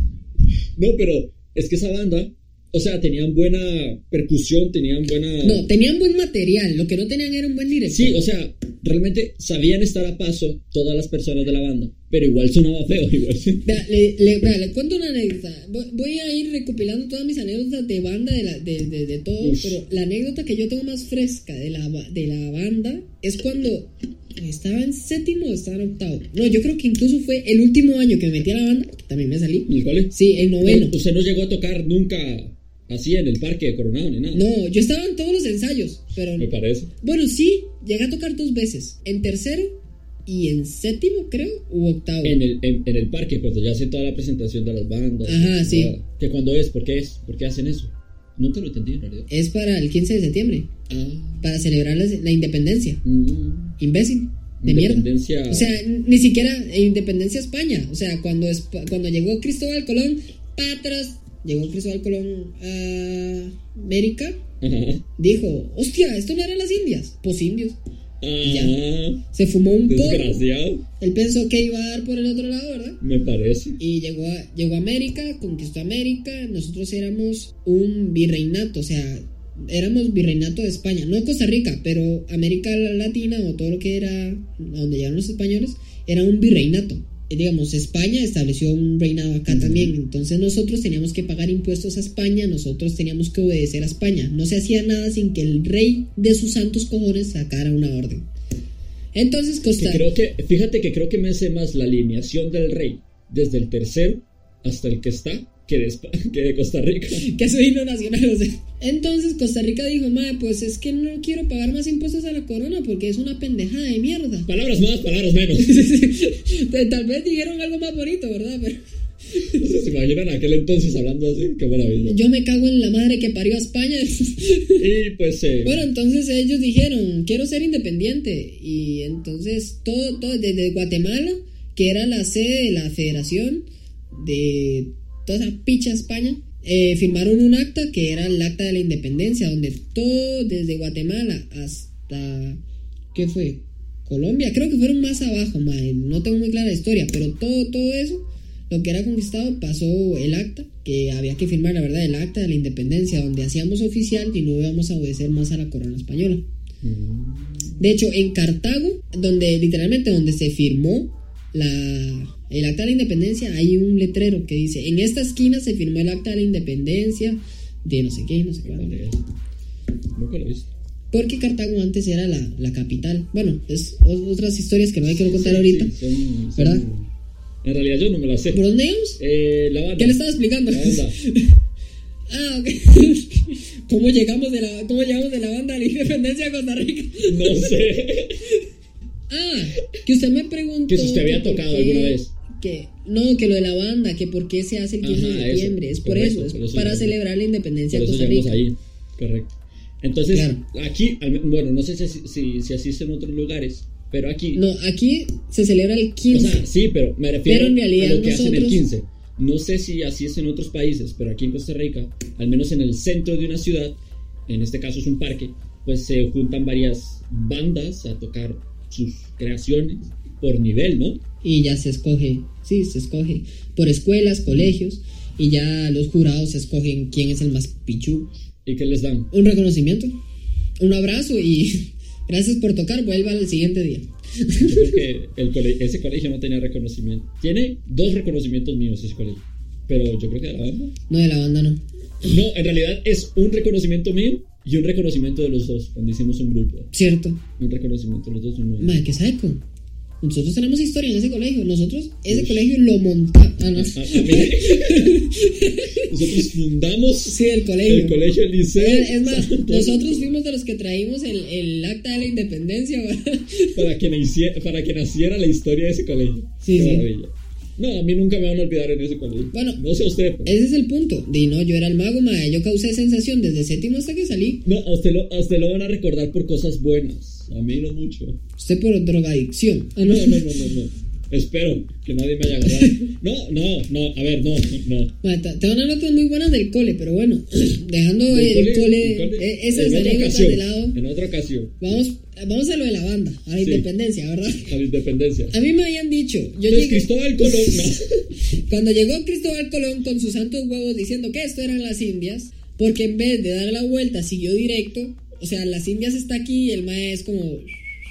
No, pero es que esa banda, o sea, tenían buena percusión, tenían buena.
No, tenían buen material, lo que no tenían era un buen director.
Sí, o sea, realmente sabían estar a paso todas las personas de la banda, pero igual sonaba feo, [LAUGHS] igual.
Vea, le, le- vea, le cuento una anécdota. Voy, voy a ir recopilando todas mis anécdotas de banda, de, la- de, de- de todo,
Ush.
pero la anécdota que yo tengo más fresca de la, ba- de la banda es cuando estaba en séptimo o estaba en octavo. No, yo creo que incluso fue el último año que me metí a la banda, que también me salí.
¿En el cole?
Sí, en noveno.
No, Usted no llegó a tocar nunca así en el parque de Coronado ni nada.
No, yo estaba en todos los ensayos, pero...
Me parece.
Bueno, sí, llegué a tocar dos veces, en tercero y en séptimo, creo, u octavo.
En el, en, en el parque, cuando ya hacen toda la presentación de las bandas.
Ajá, sí.
toda- Que cuando es, ¿por qué es? ¿Por qué hacen eso? Nunca lo entendí en realidad.
Es para el 15 de septiembre,
Ah.
para celebrar la- la independencia.
mm. [LAUGHS]
imbécil, de mierda.
Independencia.
O sea, n- ni siquiera e independencia España. O sea, cuando, Espa- cuando llegó Cristóbal Colón, patras, llegó Cristóbal Colón a América,
Ajá.
dijo, hostia, esto no eran las Indias, pues indios.
Ah,
Se fumó un porro.
desgraciado,
Él pensó que iba a dar por el otro lado, ¿verdad?
me parece.
Y llegó a, llegó a América, conquistó América. Nosotros éramos un virreinato, o sea, éramos virreinato de España, no Costa Rica, pero América Latina o todo lo que era a donde llegaron los españoles, era un virreinato. Eh, Digamos, España estableció un reinado acá
Ujú.
también, entonces nosotros teníamos que pagar impuestos a España, nosotros teníamos que obedecer a España. No se hacía nada sin que el rey de sus santos cojones sacara una orden. Entonces
Que
Costa
creo que, fíjate que creo que me hace más la alineación del rey desde el tercero hasta el que está que de, Espa- [LAUGHS] que de Costa Rica.
que es un himno nacional. o sea. Entonces Costa Rica dijo, madre, pues es que no quiero pagar más impuestos a la corona porque es una pendejada de mierda. [LAUGHS]
Palabras más, palabras menos.
Tal vez dijeron algo más bonito, ¿verdad? Pero
No sé, ¿Se imaginan aquel entonces hablando así? Qué maravilla.
yo me cago en la madre que parió a España. [LAUGHS]
Y pues, eh,
bueno, entonces ellos dijeron, quiero ser independiente. Y entonces todo, todo, desde Guatemala, que era la sede de la federación de toda esa picha España, eh, firmaron un acta que era el acta de la independencia, donde todo, desde Guatemala hasta, ¿qué fue? Colombia, creo que fueron más abajo, mae, no tengo muy clara la historia, pero todo, todo eso, lo que era conquistado, pasó el acta, que había que firmar, la verdad, el acta de la independencia, donde hacíamos oficial y no íbamos a obedecer más a la corona española.
mm,
De hecho, en Cartago, donde literalmente donde se firmó la, el acta de la independencia, hay un letrero que dice, en esta esquina se firmó el acta de la independencia de no sé qué y no sé cuándo.
Nunca lo he visto.
Porque Cartago antes era la, la capital. Bueno, es o- otras historias que no hay que contar ahorita.
Sí, son- son-
¿Verdad?
En realidad yo no me la sé.
¿Por dónde íbamos?
Eh, la banda.
¿Qué le estaba explicando?
La banda.
[LAUGHS] ah, ok. [LAUGHS] ¿Cómo llegamos de la, cómo llegamos de la banda a la independencia de Costa Rica? [LAUGHS]
No sé.
Ah, que usted me preguntó.
Que si usted había
por
tocado
qué-
alguna vez.
Que, no, que lo de la banda, que por qué se hace el 15
Ajá,
de
eso,
septiembre. es por eso,
correcto,
es
por eso
para
llegamos.
celebrar la independencia
Por
de
eso
Costa
llegamos
Rica.
ahí. Correcto. Entonces,
Claro.
aquí, al men- bueno, no sé si, si, si asiste en otros lugares, pero aquí.
No, aquí se celebra el
o
15.
sea, sí, pero me refiero
Pero en realidad
a lo que hacen el
nosotros-
15. No sé si así es en otros países, pero aquí en Costa Rica, al menos en el centro de una ciudad, en este caso es un parque, pues se juntan varias bandas a tocar sus creaciones por nivel, ¿no?
y ya se escoge, sí, se escoge por escuelas, colegios, y ya los jurados escogen quién es el más pichu.
¿Y qué les
[LAUGHS]
dan?
Un reconocimiento, un abrazo y [LAUGHS] gracias por tocar, vuelva al siguiente día.
Yo creo que el cole- ese colegio no tenía reconocimiento. Tiene dos reconocimientos míos ese colegio. Pero yo creo que de la banda.
No, de la banda no.
No, en realidad es un reconocimiento mío y un reconocimiento de los dos cuando hicimos un grupo.
Cierto.
Un reconocimiento de los dos. Uno.
Madre, qué psycho. Nosotros tenemos historia en ese colegio. Nosotros, ese
Ush.
colegio lo montamos. Ah,
A-
no.
a- a mí- Nosotros fundamos
Sí, el colegio.
el colegio, el liceo.
Eh, es
[LAUGHS]
más,
Santo,
nosotros fuimos de los que traímos el, el acta de la independencia. [LAUGHS] ¿verdad?
Para que, naciera, para que naciera la historia de ese colegio.
Sí,
Qué
sí.
maravilla. No, a mí nunca me van a olvidar en ese colegio.
Bueno.
no sé usted. pero-
Ese es el punto. Di, no, yo era el mago, madre. Yo causé sensación desde séptimo hasta que salí.
No, a usted, lo, a usted lo van a recordar por cosas buenas. A mí no mucho.
Usted por drogadicción. Ah,
No,
no,
no, no, no. no. Espero que nadie me haya agarrado. No, no, no. A ver, no, no. no.
Ma, te- Tengo unas notas muy buenas del cole, pero bueno, [CLEARS THROAT] dejando
Del
el, cole,
del cole,
eh, esas
en otra
anécdotas
ocasión,
de lado,
En otra ocasión.
vamos, vamos a lo de la banda, a la
Sí.
independencia, ¿verdad?
A la independencia.
A mí me habían dicho, Ah, yo
Entonces,
llegué,
Cristóbal Colón.
[LAUGHS]
No.
cuando llegó Cristóbal Colón con sus santos huevos diciendo que esto eran las Indias, porque en vez de dar la vuelta siguió directo, o sea, las Indias está aquí y el mae es como...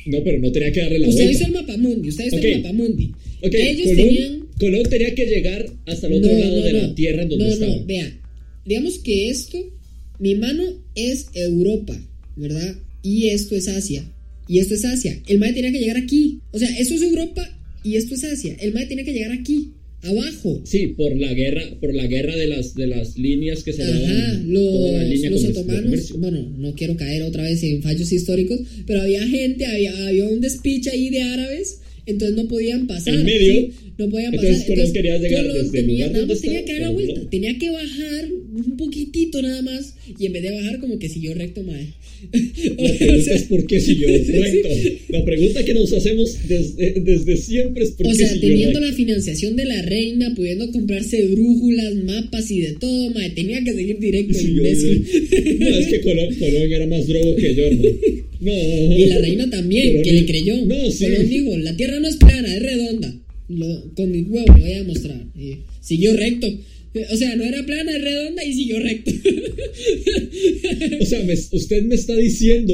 No, pero no tenía que darle la
Usted hizo
vuelta.
el mapamundi, usted hizo
Ok.
el mapamundi.
Ok,
Ellos
Colón,
tenían...
Colón tenía que llegar hasta el otro
No,
lado
no,
de
no.
la tierra en donde
No,
estaba.
no, vea. Digamos que esto, mi mano es Europa, ¿verdad? Y esto es Asia. Y esto es Asia. El mae tenía que llegar aquí. O sea, esto es Europa y esto es Asia. El mae tenía que llegar aquí, abajo.
Sí, por la guerra, por la guerra de las de las líneas que se
Ajá,
daban. toda la
los,
línea
los
comer- de
otomanos, [LAUGHS]
comercio.
bueno, no quiero caer otra vez en fallos históricos, pero había gente, había, había un despiche ahí de árabes, entonces no podían pasar.
En medio.
¿sí? No podían pasar.
Entonces, Colón quería llegar
Colón
desde el
tenía,
lugar
nada
donde
más tenía
estaba,
que dar la
pero
vuelta,
no.
tenía que bajar un poquitito nada más, y en vez de bajar como que siguió recto, mae.
La pregunta es por qué siguió recto. La pregunta que nos hacemos desde, desde siempre es por
O
qué
sea,
siguió
teniendo
recto.
la financiación de la reina, pudiendo comprarse brújulas, mapas y de todo, mae, tenía que seguir
[LAUGHS]
directo,
Sí, yo-
imbécil.
yo- No, es que Colón, Colón era más drogo que
[LAUGHS]
yo, hermano. No.
Y la reina también,
Colón
que le
dijo-
creyó.
No, sí.
Colón dijo, la tierra no es plana, es redonda. Lo- con mi huevo lo voy a demostrar. Y siguió recto. O sea, no era plana, es redonda y siguió recto. [LAUGHS]
O sea, me- usted me está diciendo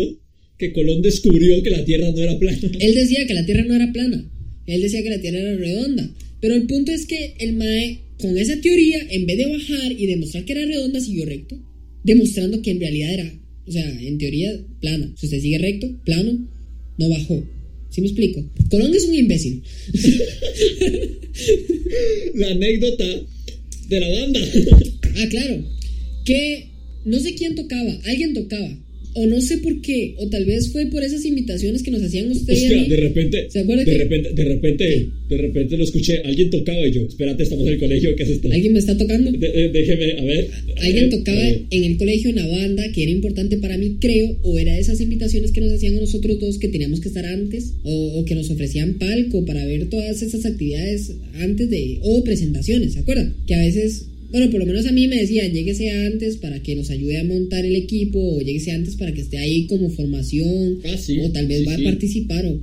que Colón descubrió que la tierra no era plana.
Él decía que la tierra no era plana. Él decía que la tierra era redonda. Pero el punto es que el Mae, con esa teoría, en vez de bajar y demostrar que era redonda, siguió recto. Demostrando que en realidad era, o sea, en teoría, plana. Si usted sigue recto, plano, no bajó. ¿Sí me explico? Colón es un imbécil.
[LAUGHS] La anécdota de la banda. [LAUGHS]
Ah, claro. Que no sé quién tocaba, alguien tocaba. O no sé por qué, o tal vez fue por esas invitaciones que nos hacían usted y a
Hostia,
mí.
de repente,
¿Se acuerda
de
que-
repente, de repente, de repente lo escuché. Alguien tocaba y yo, espérate, estamos en el colegio, ¿qué es esto?
¿Alguien me está tocando?
De- de- déjeme, a ver. Eh, a
Alguien
ver,
tocaba
a ver. [LAUGHS]
en el colegio una banda que era importante para mí, creo, o era de esas invitaciones que nos hacían a nosotros dos que teníamos que estar antes, o, o que nos ofrecían palco para ver todas esas actividades antes de, o presentaciones, ¿se acuerdan? Que a veces, bueno, por lo menos a mí me decían, lléguese antes para que nos ayude a montar el equipo, o lléguese antes para que esté ahí como formación,
Ah, sí,
o tal vez
sí,
va
sí.
a participar, o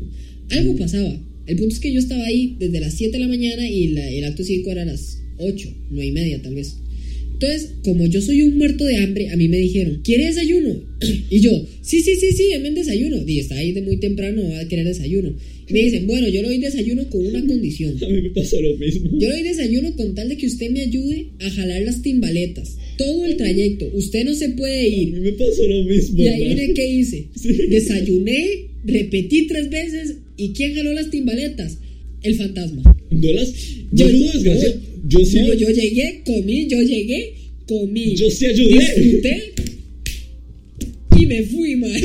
algo pasaba. El punto es que yo estaba ahí desde las 7 de la mañana y la- el acto cívico era a las 8, 9 y media tal vez. Entonces, como yo soy un muerto de hambre, a mí me dijeron, ¿quiere desayuno? [CLEARS THROAT] Y yo, sí, sí, sí, sí, denme desayuno. Y está ahí de muy temprano, va a querer desayuno. Y me dicen, bueno, yo le doy desayuno con una condición.
A mí me pasó lo mismo.
Yo le doy desayuno con tal de que usted me ayude a jalar las timbaletas. todo el trayecto. Usted no se puede
A mí
ir.
me pasó lo mismo.
Y ahí
man.
viene qué hice.
[LAUGHS] Sí.
Desayuné, repetí tres veces. ¿Y quién ganó las timbaletas? El fantasma.
No las.
Yo-
Yo, no, desgraciado. Yo sí.
No, yo llegué, comí, yo llegué, comí.
Yo sí ayudé.
Disfruté y me fui, [LAUGHS] man.
[LAUGHS]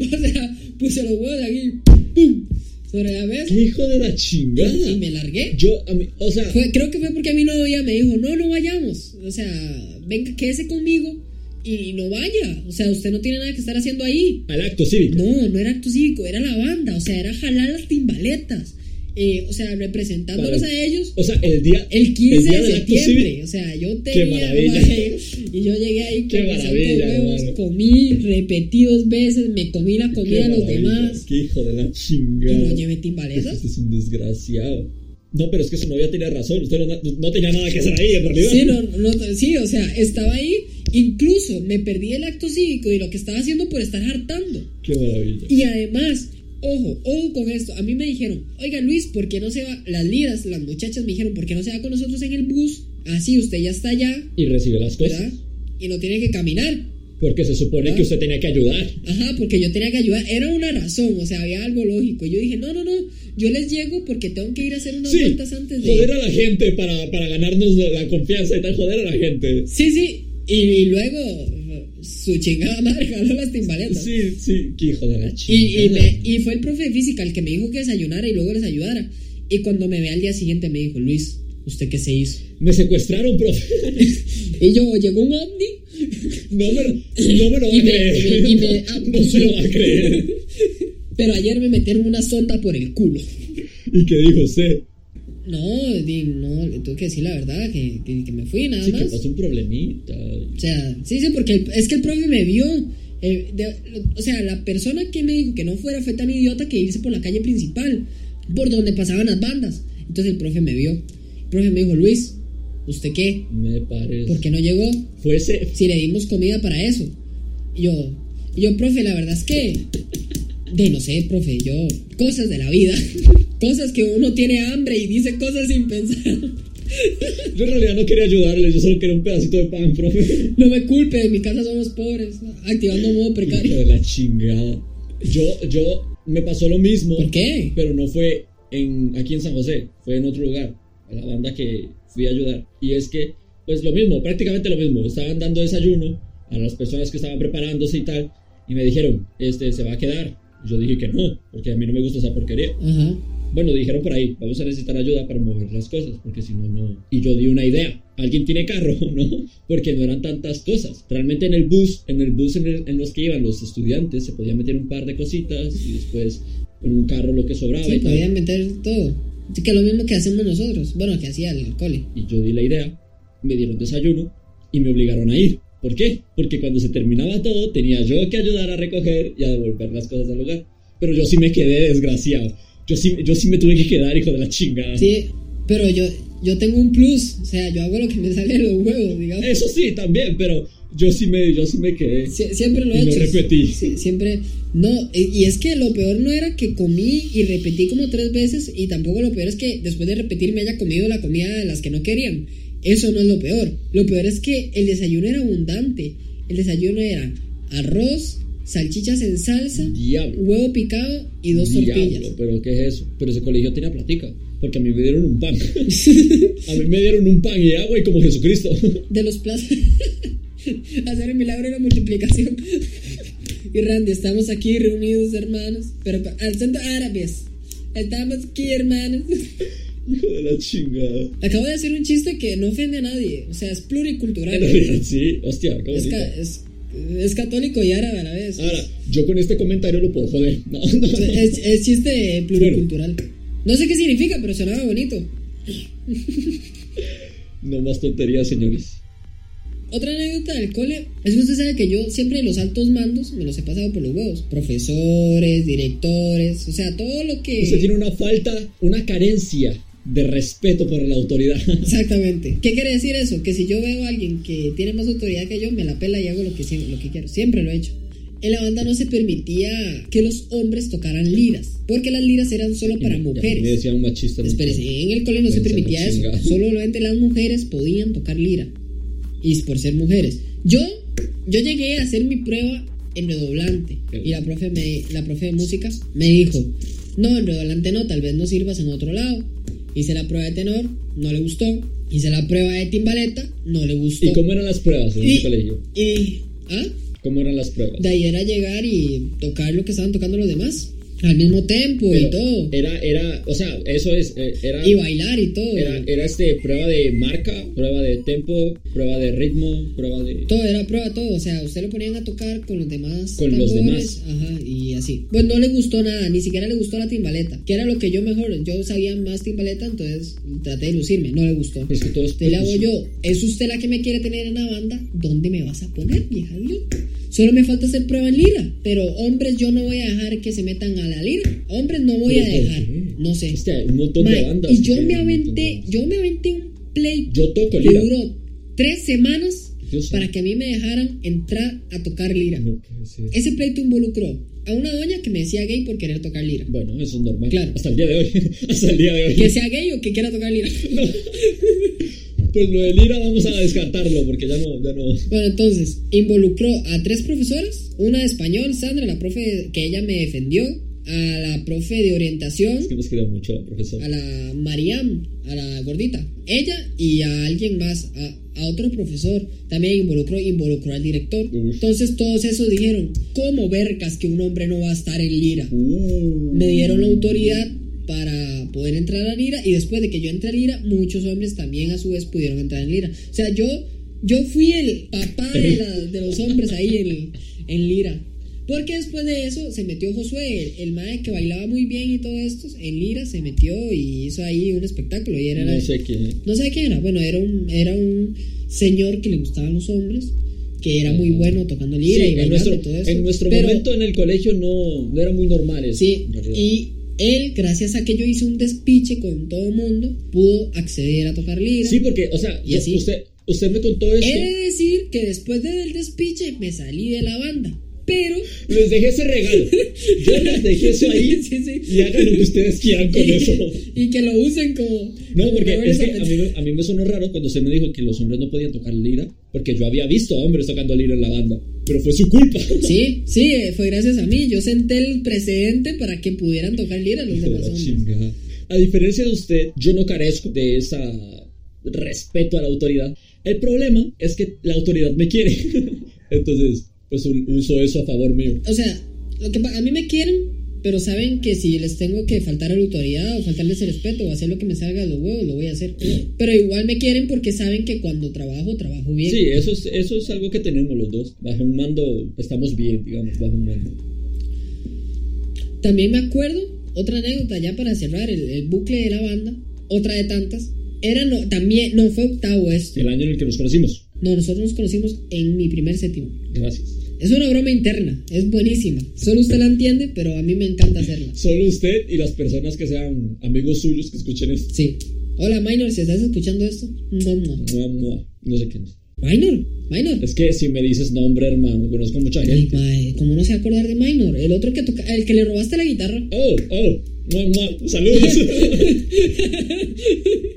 No fue-
o sea, puse los huevos aquí, pum, sobre la
¿Qué
mesa
hijo de la
y
chingada?
me largué.
Yo, a mí, o sea,
Fue- creo que fue porque mi novia me dijo, no, no vayamos. O sea, venga, quédese conmigo y no vaya. O sea, usted no tiene nada que estar haciendo ahí.
al acto cívico.
No, no era acto cívico, era la banda. O sea, era jalar las timbaletas. Eh, o sea, representándolos
Para-
a ellos.
O sea, el día.
El 15
el día
de
del acto
septiembre,
cívico.
o sea, yo tenía
maravilla.
mae, y yo llegué ahí con
Qué
mis santos
maravilla,
huevos,
hermano.
comí, repetí dos veces, me comí la
Qué
comida de los
maravilla,
demás
Qué hijo de la
y
chingada.
no llevé
Este
timbaletas.
es un desgraciado. No, pero es que su novia tiene razón. Usted no, no tenía nada que hacer ahí, en realidad.
Sí, no, no, sí, o sea, estaba ahí, incluso me perdí el acto cívico y lo que estaba haciendo por estar hartando.
Qué maravilla.
Y además, ojo, ojo con esto. A mí me dijeron, oiga Luis, ¿por qué no se va? Las liras, las muchachas me dijeron, ¿por qué no se va con nosotros en el bus? Así, usted ya está allá,
Y recibió las cosas.
¿verdad? Y no tiene que caminar.
Porque se supone
¿Verdad?
que usted tenía que ayudar.
Ajá, porque yo tenía que ayudar. Era una razón, o sea, había algo lógico. Y yo dije, no, no, no, yo les llego porque tengo que ir a hacer unas
Sí,
vueltas antes de.
joder a la gente para, para ganarnos la confianza y tal, joder a la gente.
Sí, sí. Y, y luego su chingada madre [LAUGHS] jaló las timbaletas.
Sí, sí, qué hijo de la chingada.
Y, y, me- y fue el profe de física el que me dijo que desayunara y luego les ayudara. Y cuando me ve al día siguiente me dijo, Luis, ¿usted qué se hizo?
Me secuestraron, profe. [LAUGHS]
Y yo, llegó un ovni
No me, lo- no me lo va
Y
a
me-
creer.
y me- y me- ah,
[LAUGHS] no se lo va a creer.
pero ayer me metieron una sonda por el culo.
[LAUGHS] ¿Y qué dijo usted?
No, di- no, le tuve que decir la verdad, que, que- que me fui nada
Sí, que
más.
pasó un problemita.
O sea, sí, sí, porque el- es que el profe me vio. eh, de- o sea, la persona que me dijo que no fuera fue tan idiota que irse por la calle principal, por donde pasaban las bandas. Entonces el profe me vio. El profe me dijo, Luis, ¿usted qué?
Me parece.
¿Por qué no llegó?
Fuese.
Si le dimos comida para eso. Y yo, y yo, profe, la verdad es que. De no sé, profe, yo. Cosas de la vida. [LAUGHS] Cosas que uno tiene hambre y dice cosas sin pensar.
Yo en realidad no quería ayudarle, yo solo quería un pedacito de pan,
[LAUGHS]
profe.
No me culpe, en mi casa somos pobres. Activando modo
Hijo
precario.
de la chingada. Yo, yo, me pasó lo mismo.
¿Por qué?
Pero no fue en, aquí en San José, fue en otro lugar, a la banda que fui a ayudar. Y es que, pues lo mismo, prácticamente lo mismo. Estaban dando desayuno a las personas que estaban preparándose y tal. Y me dijeron, este, se va a quedar. Yo dije que no, porque a mí no me gusta esa porquería.
Ajá.
Bueno, dijeron por ahí, vamos a necesitar ayuda para mover las cosas, porque si no, no. Y yo di una idea, alguien tiene carro, [LAUGHS] ¿no? Porque no eran tantas cosas. Realmente en el bus, en el bus en, el- en los que iban los estudiantes, se podía meter un par de cositas y después en un carro lo que sobraba
Sí,
y tal.
podían meter todo. Así que lo mismo que hacemos nosotros. Bueno, que hacía el cole.
Y yo di la idea, me dieron desayuno y me obligaron a ir. ¿Por qué? Porque cuando se terminaba todo tenía yo que ayudar a recoger y a devolver las cosas al lugar. Pero yo sí me quedé desgraciado. Yo sí, yo sí me tuve que quedar, hijo de la chingada.
Sí, pero yo, yo tengo un plus. O sea, yo hago lo que me sale de los huevos, digamos.
Eso sí, también, pero yo sí me, yo sí me quedé.
Sie- siempre lo he
Y lo
hecho.
repetí.
Sí, siempre. No, eh, y es que lo peor no era que comí y repetí como tres veces. Y tampoco lo peor es que después de repetir me haya comido la comida de las que no querían. Eso no es lo peor. Lo peor es que el desayuno era abundante. El desayuno era arroz, salchichas en salsa,
Diablo.
huevo picado y dos tortillas.
Diablo, pero ¿qué es eso? Pero ese colegio tenía platica, porque a mí me dieron
[LAUGHS]
un pan. a mí me dieron un pan y agua y como Jesucristo. [LAUGHS]
de los plazos. [LAUGHS] Hacer el milagro de la multiplicación. y Randy, estamos aquí reunidos, hermanos. Pero pa- alzando árabes. Estamos aquí, hermanos. [LAUGHS]
hijo de la chingada.
Acabo de hacer un chiste que no ofende a nadie. O sea, es pluricultural.
En realidad, sí, hostia, qué
Es,
bonito.
ca- es- es católico y árabe a la vez.
Ahora, yo con este comentario lo puedo joder. [LAUGHS] No, no,
O sea,
no.
es, es chiste pluricultural. No sé qué significa, pero sonaba bonito.
No más tonterías, señores.
Otra anécdota del cole es que usted sabe que yo siempre los altos mandos me los he pasado por los huevos. Profesores, directores, o sea, todo lo que...
Usted tiene una falta, una carencia de respeto por
[LAUGHS]
la autoridad.
Exactamente. ¿Qué quiere decir eso? Que si yo veo a alguien que tiene más autoridad que yo, me la pela y hago lo que, siem- lo que quiero. Siempre lo he hecho. En la banda no se permitía que los hombres tocaran liras, porque las liras eran solo para
Y me- y a mí Me
mujeres.
decía un machista.
Espérese, eh, en el cole no se
Váyanse a la
permitía eso.
chingada.
Solamente las mujeres podían tocar lira. y por ser mujeres. Yo, yo llegué a hacer mi prueba en redoblante y la profe, me, la profe de música me dijo, no, en redoblante no, tal vez no sirvas en otro lado. Hice la prueba de tenor, no le gustó. Hice la prueba de timbaleta, no le gustó.
¿Y cómo eran las pruebas en
Y-
el colegio?
y- ¿ah?
¿Cómo eran las pruebas?
De ahí era llegar y tocar lo que estaban tocando los demás, al mismo tiempo
Pero
y todo.
Era, era, o sea, eso es, eh, era,
y bailar y todo.
era, era este, prueba de marca, prueba de tempo, prueba de ritmo, prueba de...
Todo era prueba, todo. O sea, usted lo ponían a tocar con los demás.
Con los
tambores, Ajá, y así. Pues no le gustó nada, ni siquiera le gustó la timbaleta, que era lo que yo mejor. Yo sabía más timbaleta, entonces traté de lucirme. No le gustó.
Es pues, que este todos...
Te la hago yo. ¿Es usted la que me quiere tener en la banda? ¿Dónde me vas a poner, vieja idiota? Solo me falta hacer prueba en lira. Pero hombres, yo no voy a dejar que se metan a la lira. Hombres, no voy a
¿Pero por
dejar.
qué?
No sé.
Este, hay un montón
Mae,
de bandas.
y
que
yo me
tienen un montón de
aventé,
bandas.
yo me aventé un play
Yo toco
que
lira.
duró tres semanas
Yo sé.
para que a mí me dejaran entrar a tocar lira.
No puede ser.
Ese pleito involucró a una doña que me decía gay por querer tocar lira.
Bueno, eso es normal.
Claro.
Hasta el día de hoy. [LAUGHS] Hasta el día de hoy.
Que sea gay o que quiera tocar lira. [LAUGHS]
Pues lo de lira vamos a descartarlo porque ya no, ya no.
Bueno, entonces, involucró a tres profesoras, una de español, Sandra, la profe de- que ella me defendió, a la profe de orientación,
Es que nos queda mucho, profesor.
a la Mariam, a la gordita, ella y a alguien más, a, a otro profesor, también involucró, involucró al director.
Uy.
Entonces todos esos dijeron, ¿cómo vercas que un hombre no va a estar en Lira?
Uh.
Me dieron la autoridad para poder entrar a Lira y después de que yo entré a Lira, muchos hombres también a su vez pudieron entrar en Lira. O sea, yo, yo fui el papá de, la- de los hombres ahí en, en Lira. Porque después de eso se metió Josué, el, el mae que bailaba muy bien y todo esto, en Lira se metió y hizo ahí un espectáculo. Y era
No sé quién.
no sé quién era. Bueno, era un, era un señor que le gustaban los hombres, que era muy bueno tocando lira
Mm. Sí,
y
en
bailando
nuestro,
y todo eso.
en nuestro
Pero-
momento en el colegio no, no era muy normal eso.
Sí,
en realidad.
y él, gracias a que yo hice un despiche con todo mundo, pudo acceder a tocar lira.
sí, pues, porque, o sea,
Y
yo-
así. Eh.
usted, usted me contó esto.
He de decir que después de- del despiche me salí de la banda,
[LAUGHS]
pero...
Les dejé
[LAUGHS]
ese regalo. Yo les dejé eso ahí.
Sí, sí.
Y hagan lo que ustedes quieran con
y, [LAUGHS]
eso.
que, y que lo usen como...
No,
como
porque
rebeldes
es que a
al-
mí, me- a mí me sonó raro cuando usted me dijo que los hombres no podían tocar lira, porque yo había visto a hombres tocando lira en la banda, pero fue su culpa.
Sí, sí, eh, fue gracias a mí. Yo senté el precedente para que pudieran tocar lira los
Hijo de
demás
la
hombres.
chingada. A diferencia de usted, yo no carezco de esa respeto a la autoridad. El problema es que la autoridad me quiere. [LAUGHS] Entonces, pues un- uso eso a favor mío.
O sea, lo que pa- a mí me quieren, pero saben que si les tengo que faltar a la autoridad o faltarles el respeto o hacer lo que me salga de los huevos, lo voy a hacer. Pero igual me quieren porque saben que cuando trabajo, trabajo bien.
Sí, eso es, eso es algo que tenemos los dos. Bajo un mando estamos bien, digamos, bajo un mando.
También me acuerdo, otra anécdota ya para cerrar el, el bucle de la banda, otra de tantas. Era no, también, no fue octavo esto.
El año en el que nos conocimos.
No, nosotros nos conocimos en mi primer séptimo.
Gracias.
Es una broma interna, es buenísima. Solo usted la entiende, pero a mí me encanta hacerla.
Solo usted y las personas que sean amigos suyos que escuchen esto.
Sí. Hola, Minor, si estás escuchando esto. No, no.
Mua, mua. No sé quién es.
Minor, Minor.
Es que si me dices nombre, hermano, conozco mucha
Ay,
gente.
mae, ¿Cómo no se va a acordar de Minor? El otro que toca, el que le robaste la guitarra
Oh, oh, mua, mua. saludos. [LAUGHS]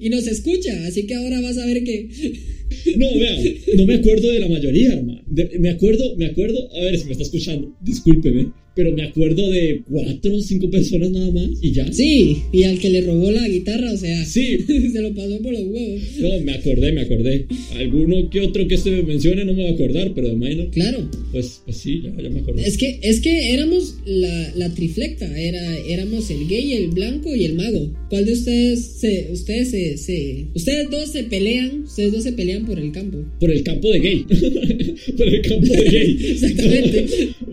y nos escucha, así que ahora vas a ver que. [LAUGHS]
No, vea, no me acuerdo de la mayoría, hermano. De- me acuerdo, me acuerdo, a ver si me está escuchando, discúlpeme, pero me acuerdo de cuatro o cinco personas nada más y ya.
Sí, y al que le robó la guitarra, o sea,
Sí,
[LAUGHS] se lo pasó por los huevos.
no, me acordé, me acordé. Alguno que otro que se me mencione no me va a acordar, pero de minor,
Claro,
pues, pues sí, ya, ya me acordé.
es que, es que éramos la, la triflecta, era, éramos el gay, el blanco y el mago. ¿Cuál de ustedes se, ustedes se, se- ustedes dos se pelean, ustedes dos se pelean por el campo?
Por el campo de gay. [LAUGHS] Por el campo de [LAUGHS] gay.
Exactamente.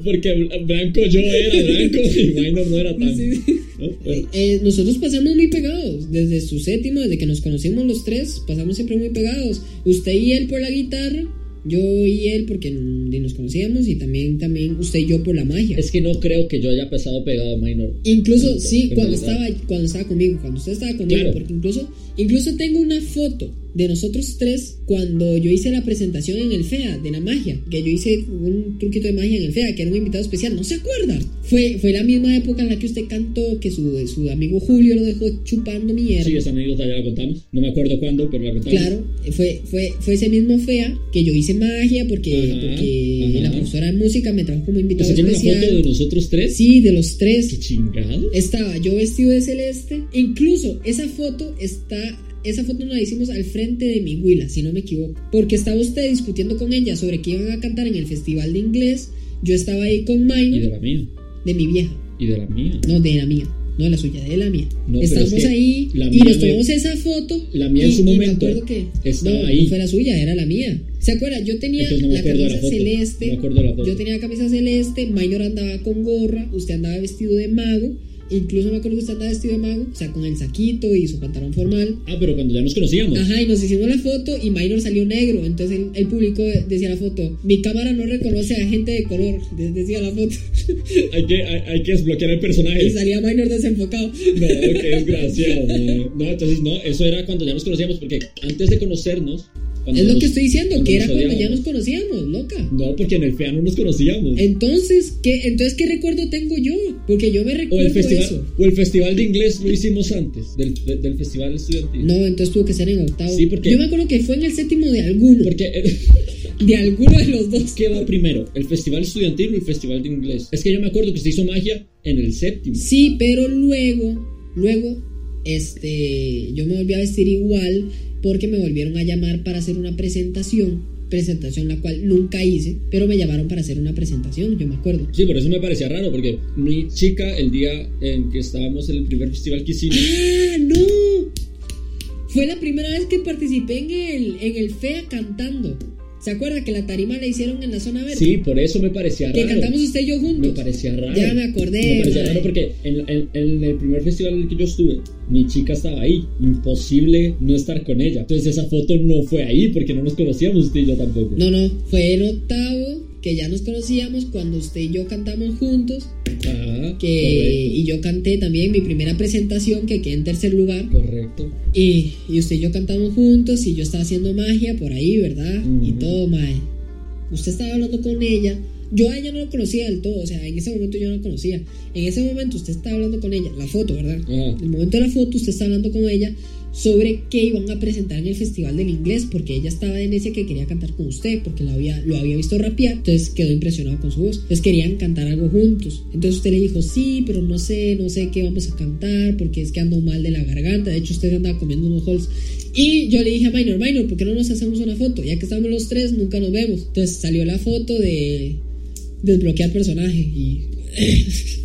Porque blanco yo era blanco y minor no era tan.
Sí.
¿no? Bueno,
Eh, nosotros pasamos muy pegados, desde su séptimo, desde que nos conocimos los tres, pasamos siempre muy pegados. Usted y él por la guitarra, yo y él porque ni nos conocíamos y también, también usted y yo por la magia.
es que no creo que yo haya pasado pegado a minor.
Incluso,
Tanto,
sí,
en
cuando
realidad.
estaba, cuando estaba conmigo, cuando usted estaba conmigo,
Claro.
porque incluso, incluso tengo una foto de nosotros tres cuando yo hice la presentación en el FEA de la magia, que yo hice un truquito de magia en el FEA, que era un invitado especial, ¿no se acuerda? Fue, fue la misma época en la que usted cantó, que su, su amigo Julio lo dejó chupando mierda.
Sí, esa anécdota ya la contamos. No me acuerdo cuándo, pero la contamos.
Claro, fue, fue, fue ese mismo FEA que yo hice magia porque,
Ajá,
porque
ajá.
la profesora de música me trajo como
O
invitado
sea, tiene una
especial.
foto de nosotros tres.
Sí, de los tres.
Qué chingado.
Estaba yo vestido de celeste. Incluso esa foto está. Esa foto nos la hicimos al frente de mi huila, si no me equivoco. Porque estaba usted discutiendo con ella sobre qué iban a cantar en el festival de inglés. Yo estaba ahí con
Y de
Minor,
la mía.
de mi vieja.
Y de la mía.
No, de la mía. No de la suya, de la mía.
No, pero
Estábamos
es que
ahí
la
y
mía
nos
me-
tomamos esa foto.
La mía en
y-
su
y me
momento
acuerdo que-
estaba
no,
ahí.
No fue la suya, era la mía. ¿Se acuerda? Yo tenía
Entonces no me
la
acuerdo de la
camisa
foto.
celeste.
No me acuerdo de la foto.
Yo tenía la camisa celeste, Minor andaba con gorra, usted andaba vestido de mago, incluso me acuerdo que usted andaba vestido de mago, o sea, con el saquito y su pantalón formal.
Ah, pero cuando ya nos conocíamos.
Ajá, y nos hicimos la foto y Minor salió negro, entonces el, el público de- decía la foto, mi cámara no reconoce a gente de color, de- decía la foto, [LAUGHS]
Hay, que, hay, hay que desbloquear el personaje.
y salía Minor desenfocado.
No, qué desgraciado. madre. No, entonces no, eso era cuando ya nos conocíamos, porque antes de conocernos. cuando
Es lo
nos-
que estoy diciendo,
cuando
que era
nos
cuando ya
odiábamos.
nos conocíamos, loca.
No, porque en el FEA no nos conocíamos.
Entonces, ¿qué, entonces, ¿qué recuerdo tengo yo? Porque yo me
o,
recuerdo
el festival,
eso.
o el festival de inglés lo hicimos antes del, de- del festival estudiantil.
No, entonces tuvo que ser en octavo.
Sí, porque-
Yo me acuerdo que fue en el séptimo de alguno.
Porque el-
De alguno de los dos.
¿qué va primero? ¿El festival estudiantil o el festival de inglés? Es que yo me acuerdo que se hizo magia en el séptimo.
Sí, pero luego, luego, este, yo me volví a vestir igual porque me volvieron a llamar para hacer una presentación. Presentación la cual nunca hice, pero me llamaron para hacer una presentación, yo me acuerdo.
Sí, por eso me parecía raro, porque mi chica, el día en que estábamos en el primer festival que hicimos,
¡Ah, no! Fue la primera vez que participé en el, en el FEA cantando. ¿Se acuerda que la tarima la hicieron en la zona verde?
sí, por eso me parecía
Ah, Que
raro.
cantamos usted y yo
Me
juntos.
parecía raro.
Ya me acordé,
Me parecía
mae.
raro porque en, en- en el primer festival en el que yo estuve, mi chica estaba ahí. Imposible no estar con ella. Entonces esa foto no fue ahí porque no nos conocíamos usted y yo tampoco.
No, no, fue en octavo que ya nos conocíamos cuando usted y yo cantamos juntos.
Ajá,
que y yo canté también mi primera presentación que quedé en tercer lugar
Correcto. correcto.
y, y usted y yo cantamos juntos y yo estaba haciendo magia por ahí verdad y
Ujú.
todo mae usted estaba hablando con ella yo a ella no la conocía del todo o sea en ese momento yo no la conocía en ese momento usted estaba hablando con ella la foto verdad
Ajá.
en el momento de la foto usted está hablando con ella sobre qué iban a presentar en el festival del inglés porque ella estaba en ese que quería cantar con usted porque la había, lo había visto rapear entonces quedó impresionado con su voz entonces querían cantar algo juntos entonces usted le dijo sí pero no sé no sé qué vamos a cantar porque es que ando mal de la garganta de hecho usted andaba comiendo unos holes y yo le dije a Minor Minor ¿por qué no nos hacemos una foto? ya que estamos los tres nunca nos vemos entonces salió la foto de desbloquear personaje y [CLEARS THROAT]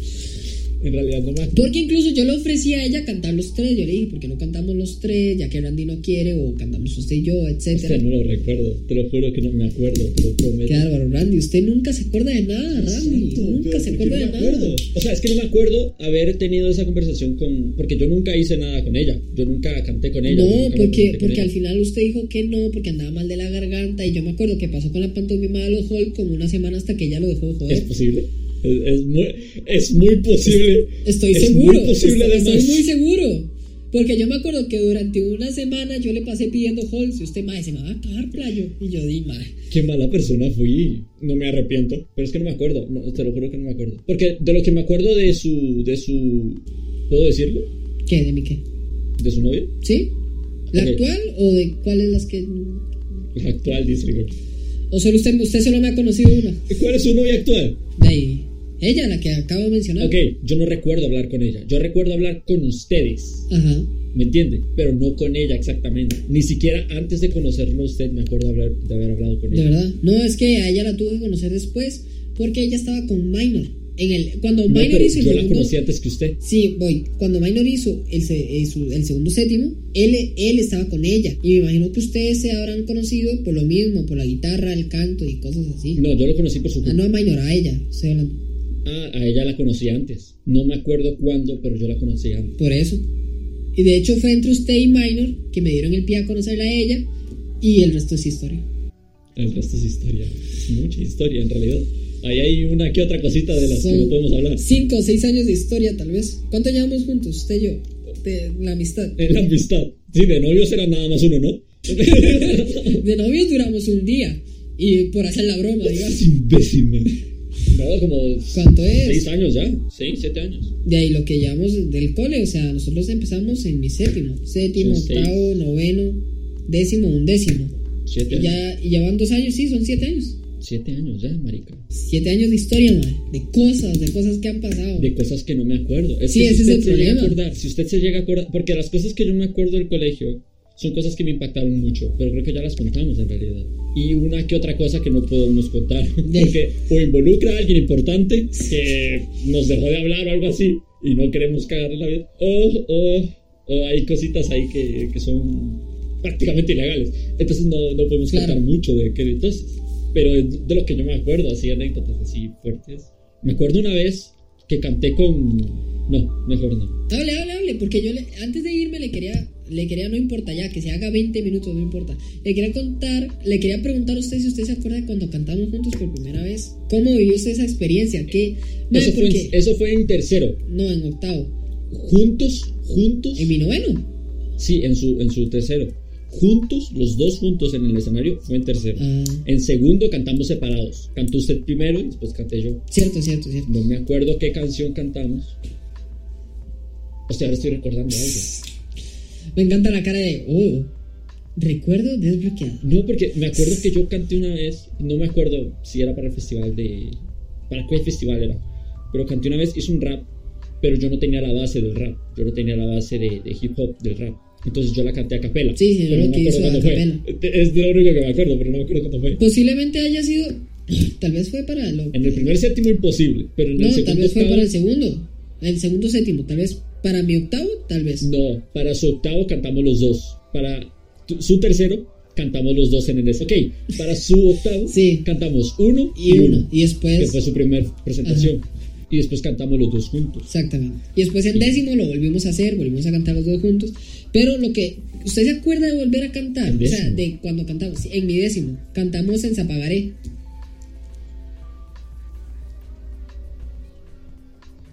En realidad no me acuerdo.
porque incluso yo le ofrecí a ella cantar los tres. Yo le dije, ¿por qué no cantamos los tres? Ya que Randy no quiere, o cantamos usted y yo,
Hostia,
etcétera.
no lo recuerdo. Te lo juro que no me acuerdo. Te lo prometo.
Qué bárbaro, Randy. Usted nunca se acuerda de nada, Randy.
Santo,
nunca
pero
se
¿por qué
acuerda de
no me acuerdo?
nada.
O sea, es que no me acuerdo haber tenido esa conversación con. Porque yo nunca hice nada con ella. Yo nunca canté con ella. yo
No,
nunca me
porque,
presenté con
porque
ella.
al final usted dijo que no, porque andaba mal de la garganta. Y yo me acuerdo que pasó con la pantomima de los Hulk como una semana hasta que ella lo dejó de
Es
joder.
posible. Es, es muy, es muy posible.
Estoy
es
seguro.
Muy posible
estoy,
además.
estoy muy seguro. Porque yo me acuerdo que durante una semana yo le pasé pidiendo Hulk. Si usted, madre, se me va a acabar, playo. Y yo di, madre.
Qué mala persona fui. No me arrepiento. Pero es que no me acuerdo. no, te lo juro que no me acuerdo. Porque de lo que me acuerdo de su. de su. ¿Puedo decirlo?
¿Qué, de mi qué?
De su novio.
¿Sí? ¿La
Ok.
actual o de cuáles las que.?
La actual dice
O solo usted, usted solo me ha conocido una.
¿Cuál es su novia actual?
De ahí. Ella, la que acabo de mencionar.
Ok, yo no recuerdo hablar con ella. Yo recuerdo hablar con ustedes.
Ajá.
¿Me entiende? Pero no con ella exactamente. Ni siquiera antes de conocerlo a usted me acuerdo hablar- de haber hablado con
De
ella.
verdad. No, es que a ella la tuve que conocer después. Porque ella estaba con Minor. En el, cuando
No,
Minor
pero
hizo el
yo la
segundo.
conocí antes que usted.
Sí, voy. Cuando Minor hizo el, se- eh, su- el segundo séptimo, él, él estaba con ella. Y me imagino que ustedes se habrán conocido por lo mismo, por la guitarra, el canto y cosas así.
No, yo lo conocí por su
Ah, no a Minor, a ella. Estoy hablando.
Ah, a ella la conocí antes. No me acuerdo cuándo, pero yo la conocí antes.
Por eso. Y de hecho fue entre usted y Minor que me dieron el pie a conocerla a ella y el resto es historia.
El resto es historia. Es mucha historia en realidad. Ahí hay una que otra cosita de las que
Son
no podemos hablar.
Cinco o seis años de historia tal vez. ¿Cuánto llevamos juntos, usted y yo? De la amistad.
En la amistad. Sí, de novios era nada más uno, ¿no?
De novios duramos un día. Y por hacer la broma, digamos.
Es imbécil, man.
No, como
¿Cuánto es?
seis años ya. Seis, siete años.
De ahí lo que llevamos del cole, o sea, nosotros empezamos en mi séptimo. Séptimo,
Son seis.
octavo, noveno, décimo, undécimo.
Siete
Y
años.
ya, y ya van dos años, sí, son siete años.
Siete años ya, marica.
Siete años de historia, madre. De cosas, de cosas que han pasado.
De cosas que no me acuerdo. Es
Sí,
que
ese es
si usted
el
se llega a
problema.
acordar, si usted se llega a acordar, porque las cosas que yo me acuerdo del colegio son cosas que me impactaron mucho, pero creo que ya las contamos en realidad. Y una que otra cosa que no podemos contar,
De-
porque o involucra a alguien importante que nos dejó de hablar o algo así y no queremos cagarle la vida, o, o, o hay cositas ahí que, que son prácticamente ilegales. Entonces no, no podemos
Claro.
contar mucho de que entonces. Pero de, de lo que yo me acuerdo, así anécdotas así fuertes. Me acuerdo una vez que canté con. No, mejor no.
Hable, hable, hable, porque yo le- antes de irme le quería, le quería, no importa ya, que se haga 20 minutos, no importa. Le quería contar, le quería preguntar a usted si usted se acuerda de cuando cantamos juntos por primera vez. ¿Cómo vivió usted esa experiencia? ¿Qué? Madre,
Eso fue, en,
porque-
eso fue en tercero.
No, en octavo.
Juntos, juntos.
En mi noveno.
Sí, en su, en su tercero. Juntos, los dos juntos en el escenario, fue en tercero.
Ah,
En segundo cantamos separados. Cantó usted primero y después canté yo.
cierto, cierto, cierto.
No me acuerdo qué canción cantamos. O sea, ahora estoy recordando algo.
Me encanta la cara de, oh, recuerdo desbloqueado.
No, porque me acuerdo que yo canté una vez, no me acuerdo si era para el festival de... ¿Para qué festival era? Pero canté una vez, hice un rap, pero yo no tenía la base del rap, yo no tenía la base de, de hip hop del rap. Entonces yo la canté a capela.
Sí, sí,
pero
lo
no me
que
acuerdo
hizo
cuándo
a
fue. Es lo único que me acuerdo, pero no me acuerdo cuándo fue.
Posiblemente haya sido, [CLEARS THROAT] tal vez fue para lo...
En el primer séptimo imposible, pero en el
no,
segundo
tal vez fue
octavo-
para el segundo. El segundo séptimo, tal vez para mi octavo, tal vez.
No, para su octavo cantamos los dos. Para tu- su tercero cantamos los dos en el S. Ok, para su octavo
Sí.
cantamos uno
Y uno. Y
que
después.
fue su primera presentación. Y después cantamos los dos juntos.
Exactamente. Y después en décimo lo volvimos a hacer, volvimos a cantar los dos juntos. Pero lo que. ¿Usted se acuerda de volver a cantar?
En
O sea,
décimo.
de cuando cantamos. sí, En mi décimo. Cantamos en Zapagaré.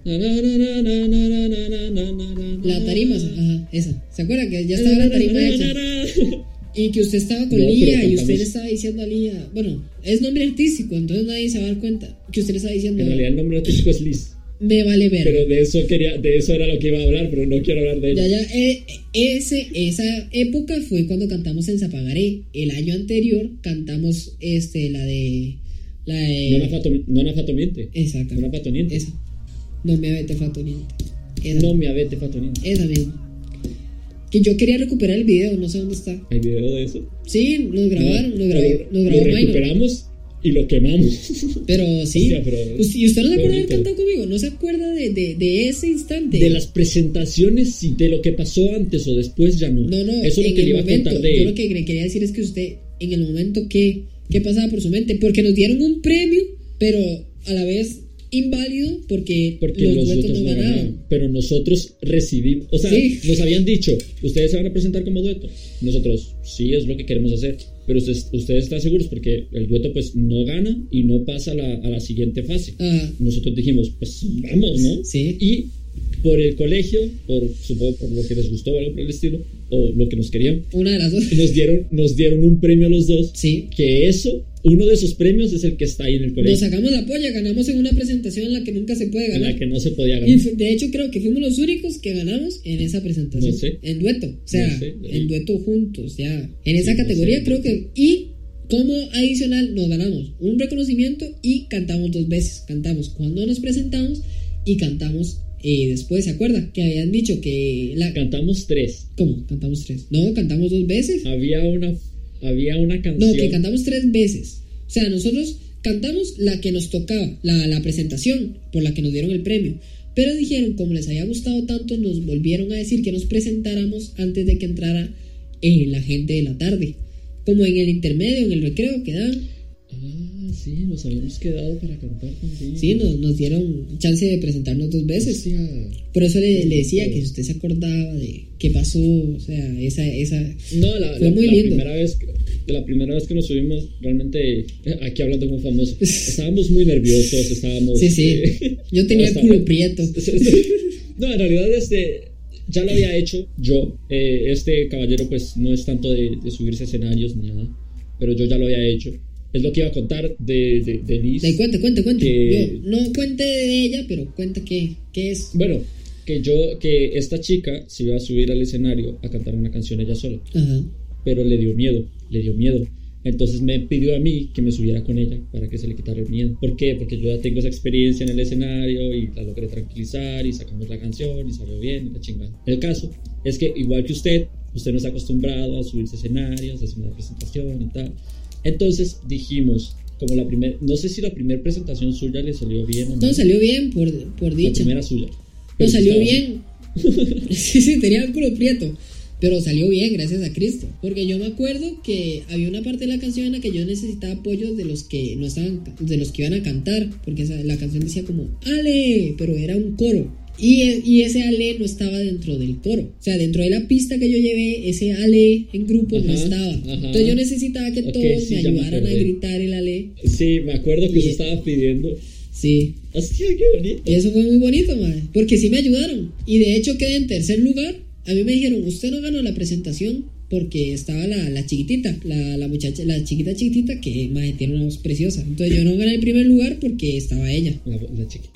La
La
tarima, ajá, esa. ¿Se acuerda que ya estaba la tarima hecha? Y que usted estaba con
No, pero
Lía y
cantamos-
usted le estaba diciendo a Lía. Bueno, es nombre artístico, entonces nadie se va a dar cuenta que usted le estaba diciendo.
En realidad el nombre artístico es Liz.
Me vale ver.
Pero eh, de eso quería, de eso era lo que iba a hablar, pero no quiero hablar de
Ya,
ella.
ya, eh, ese, esa época fue cuando cantamos en Zapagaré. El año anterior cantamos este, la de. La de.
Nona Fato, Nona Fato miente.
Eh,
Nona
Exactamente.
Fato miente.
Esa. No me avete fatoniente. Esa,
No me avete Fato miente.
esa misma. Que yo quería recuperar el video, no sé dónde está.
¿Hay video de eso?
Sí, nos grabaron,
No,
nos grabó,
pero
nos grabó
Ah, eh, Lo
Minor.
recuperamos y lo
[LAUGHS]
quemamos.
Pero sí.
Hostia, pero-
Us- ¿Y usted no se acuerda
Qué
de haber
bonito.
cantado conmigo? ¿No se acuerda de, de, de ese instante?
De las presentaciones, sí, de lo que pasó antes o después, ya no.
No, no,
Eso es
en
lo que
el
le iba
momento,
a contar de.
yo lo que le quería decir es que usted, en el momento, ¿qué, ¿qué pasaba por su mente? Porque nos dieron un premio, pero a la vez inválido porque,
Porque
los,
los,
duetos no ganaban.
Pero nosotros recibimos. O sea,
Sí.
nos habían dicho, ustedes se van a presentar como dueto. Nosotros, sí, es lo que queremos hacer. Pero ustedes, ustedes están seguros porque el dueto, pues, no gana y no pasa a la, a la siguiente fase.
Ajá.
Nosotros dijimos, pues, vamos, ¿no?
Sí.
Y por el colegio, por, supongo, por lo que les gustó o algo por el estilo, o lo que nos querían,
Una de las dos.
nos dieron, nos dieron un premio a los dos.
Sí.
que eso, uno de esos premios es el que está ahí en el
Nos
colegio,
sacamos la polla, ganamos en una presentación en la que nunca se puede
en
ganar.
la que no se podía
Y
ganar.
fu- de hecho creo que fuimos los únicos que ganamos en esa presentación.
No sé.
En dueto. O sea,
No sé, ahí.
en dueto juntos, ya. En esa
Sí, no
categoría
sé.
creo que... Y como adicional nos ganamos un reconocimiento y cantamos dos veces. Cantamos cuando nos presentamos y cantamos eh, después, ¿se acuerda? Que habían dicho que... La,
Cantamos tres.
¿Cómo? Cantamos tres. No, cantamos dos veces.
Había una, había una canción.
No, que cantamos tres veces. O sea, nosotros cantamos la que nos tocaba, la, la presentación por la que nos dieron el premio. Pero dijeron, como les había gustado tanto, nos volvieron a decir que nos presentáramos antes de que entrara eh, la gente de la tarde. Como en el intermedio, en el recreo que dan.
Ah, sí, nos habíamos quedado para cantar también.
Sí, nos, nos dieron chance de presentarnos dos veces.
Hostia.
Por eso le, le decía que si usted se acordaba de qué pasó, o sea, esa... esa
No, la,
Fue
la-
muy
la
lindo.
primera vez que, la primera vez que nos subimos, realmente, eh, aquí hablando como famoso, estábamos muy nerviosos, estábamos...
Sí, sí.
[LAUGHS] eh,
Yo tenía el
hasta- [LAUGHS]
culo prieto.
No, en realidad, este, ya lo había hecho yo. eh, este caballero pues no es tanto de, de subirse a escenarios ni nada, pero yo ya lo había hecho. Es lo que iba a contar de, de, de Liz.
Ahí cuente, cuente, cuente.
Que-
Yo, no cuente de ella, pero cuente qué, qué es.
Bueno, que yo, que esta chica se iba a subir al escenario a cantar una canción ella sola,
Ajá.
pero le dio miedo, le dio miedo. Entonces me pidió a mí que me subiera con ella para que se le quitara el miedo. ¿Por qué? Porque yo ya tengo esa experiencia en el escenario y la logré tranquilizar y sacamos la canción y salió bien y la chingada. El caso es que igual que usted, usted no está acostumbrado a subirse a escenarios, a hacer una presentación y tal. Entonces dijimos, como la primera, no sé si la primera presentación suya le salió bien o no.
No salió bien, por, por
la
dicha.
primera suya.
No
Pero
salió
estaba-
bien. [LAUGHS] sí, sí, tenía el culo prieto. Pero salió bien, gracias a Cristo. Porque yo me acuerdo que había una parte de la canción en la que yo necesitaba apoyo de los que no estaban, de los que iban a cantar. Porque esa- la canción decía como Ale, pero era un coro. Y, e- y ese Ale no estaba dentro del coro. O sea, dentro de la pista que yo llevé, ese Ale en grupo no
Ajá,
estaba.
ajá.
Entonces yo necesitaba que
Ok,
todos
sí,
me
ya me
ayudaran a
acordé.
gritar el Ale.
Sí, me acuerdo que
Y-
usted estaba pidiendo.
Sí,
Hostia, qué bonito.
Y eso fue muy bonito, madre. Porque sí me ayudaron. Y de hecho quedé en tercer lugar. A mí me dijeron, usted no ganó la presentación porque estaba la, la chiquitita, la, la muchacha, la chiquita chiquitita que, madre, tiene una voz preciosa. Entonces yo no gané el primer lugar porque estaba ella.
La, la chiquita.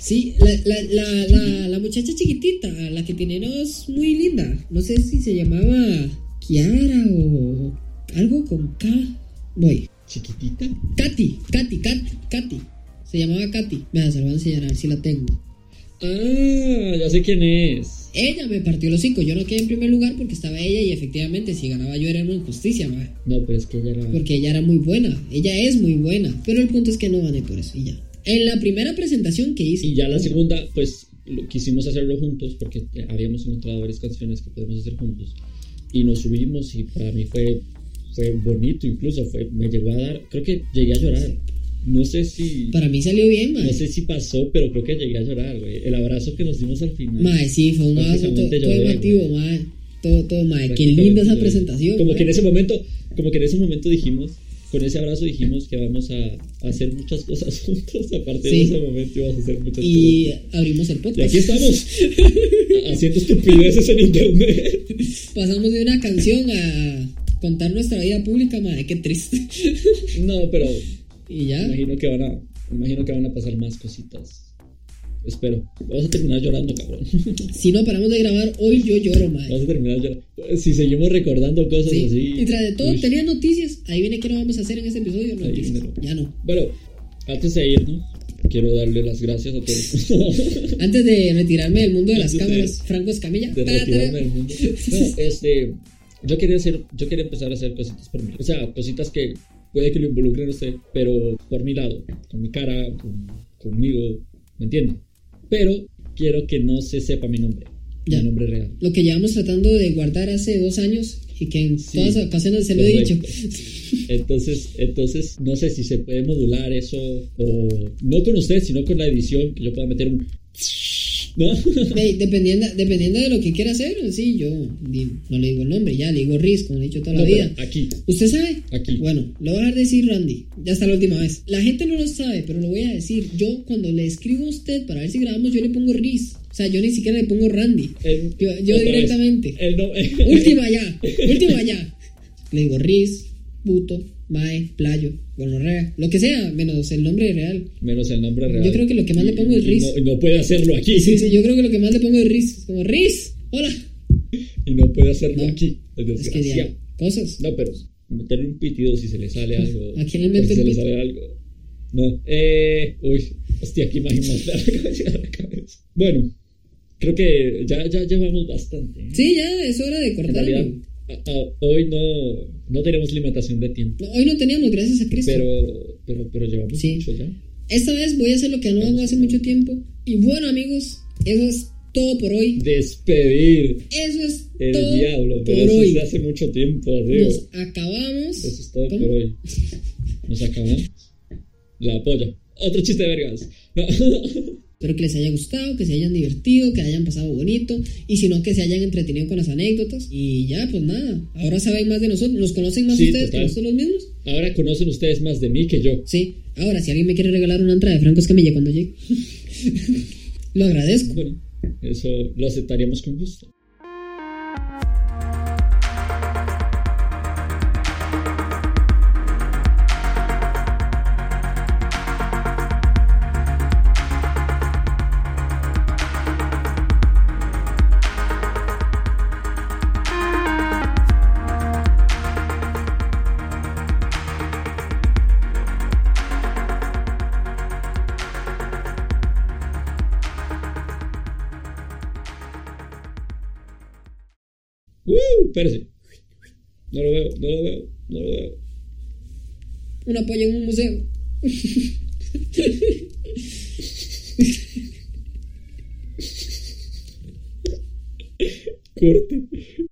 Sí, la, la, la, la, la muchacha chiquitita, la que tiene una voz muy linda. No sé si se llamaba Kiara o algo con K. Voy.
¿Chiquitita?
Katy, Katy, Katy, Katy. Se llamaba Katy. Me se lo voy a enseñar a ver si la tengo.
Ah, ya sé quién es.
Ella me partió los cinco. Yo no quedé en primer lugar porque estaba ella y efectivamente si ganaba yo era una injusticia, mae,
No, pero es que ella era.
Porque ella era muy buena. Ella es muy buena. Pero el punto es que no gané por eso y ya. En la primera presentación que hice.
Y ya la segunda, pues lo- quisimos hacerlo juntos porque eh, habíamos encontrado varias canciones que podemos hacer juntos. Y nos subimos y para mí fue, fue bonito, incluso fue, me llegó a dar. Creo que llegué a llorar. No sé si.
Para mí salió bien, mae.
No sé si pasó, pero creo que llegué a llorar, güey. El abrazo que nos dimos al final.
Mae, sí, fue un abrazo todo,
Prácticamente
todo
lloré,
emotivo, mae. Todo, todo, mae. Qué
Prácticamente
linda esa
yo-
presentación.
Como
mae.
que en ese momento, como que en ese momento dijimos, con ese abrazo dijimos que vamos a, a hacer muchas cosas [LAUGHS] juntos. A partir
Sí.
de ese momento íbamos a hacer muchas
Y
cosas.
abrimos el
Y
podcast. [LAUGHS]
aquí estamos, haciendo estupideces en internet.
Pasamos de una canción a contar nuestra vida pública, mae. Qué triste. [LAUGHS]
No, pero
y ya.
imagino que van a, imagino que van a pasar más cositas. Espero. Vamos a terminar llorando, cabrón.
Si no paramos de grabar, hoy yo lloro, mae.
Vamos a terminar llorando. Si seguimos recordando cosas
Sí.
así.
Y tras de todo
uy.
tenía noticias. Ahí viene que no vamos a hacer en este episodio.
Ahí
Noticias.
viene.
Ya no.
Bueno, antes de irnos, quiero darle las gracias a todos.
[LAUGHS] Antes de retirarme del mundo de las
Antes de-
cámaras, Franco Escamilla.
de
ta, ta,
retirarme
[LAUGHS]
del mundo. No, este, yo quería hacer, yo quería empezar a hacer cositas por mí. O sea, cositas que puede que lo involucren a usted, pero por mi lado, con mi cara, con- conmigo, ¿me entiende? Pero quiero que no se sepa mi nombre,
Ya.
mi nombre real.
Lo que llevamos tratando de guardar hace dos años y que en
Sí,
todas las ocasiones se lo he dicho.
correcto. Entonces, entonces no sé si se puede modular eso o no con usted, sino con la edición que yo pueda meter un [LAUGHS] ¿No?
[LAUGHS] Ve, dependiendo, dependiendo de lo que quiera hacer, sí, yo di- no le digo el nombre, ya le digo Riz, como le he dicho toda
No,
la
pero
vida.
[LAUGHS] aquí.
¿Usted sabe?
Aquí.
Bueno, lo voy a dejar decir Randy. Ya está la última vez. La gente no lo sabe, pero lo voy a decir. Yo cuando le escribo a usted para ver si grabamos, yo le pongo Riz. O sea, yo ni siquiera le pongo Randy.
El-
Yo, yo
Eh, otra vez. Eh.
directamente. [LAUGHS]
El no- [LAUGHS]
Última ya, última ya. Le digo Riz, puto, mae, playo, gonorrea, lo que sea, menos el nombre real.
Menos el nombre real.
Yo creo que lo que más le pongo es
Y- y
Riz.
No, y no puede hacerlo aquí.
Sí, sí, yo creo que lo que más le pongo es Riz. Es como Riz, hola.
Y no puede hacerlo
No.
aquí. Es
Ah, Es que
desgraciado.
ya, cosas.
no, pero meterle un pitido si se le
[LAUGHS]
sale algo.
¿A quién le
o
mete
si
el
se le
pito?
sale algo. No. Eh, uy. Hostia, aquí imagino la [LAUGHS] cabeza, la cabeza. Bueno, creo que ya, ya llevamos bastante. ¿eh?
Sí, ya, es hora de
En
cortar.
realidad, a- a- hoy no, no tenemos limitación de tiempo.
No, hoy no teníamos, gracias a Cristo.
Pero, pero, pero llevamos
Sí.
mucho ya.
Esta vez voy a hacer lo que no hago hace mucho tiempo. Y bueno, amigos, eso es todo por hoy.
Despedir
Eso es
el
todo
diablo.
por
Pero eso
hoy.
se hace mucho tiempo, Dios.
Nos acabamos.
Eso es todo
¿Cómo?
por hoy. Nos acabamos. ¿eh? La polla. Otro chiste de vergas. No. [LAUGHS]
Espero que les haya gustado, que se hayan divertido, que hayan pasado bonito y si no, que se hayan entretenido con las anécdotas. Y ya, pues nada, ahora saben más de nosotros, nos conocen más
Sí,
ustedes que
total.
nosotros los mismos.
Ahora conocen ustedes más de mí que yo.
Sí, ahora si alguien me quiere regalar una entrada de Franco Escamilla cuando llegue, [LAUGHS] lo agradezco.
Bueno, Eso lo aceptaríamos con gusto. Uh, espérese. No lo veo, no lo veo, no lo veo.
Una polla en un museo.
Corte.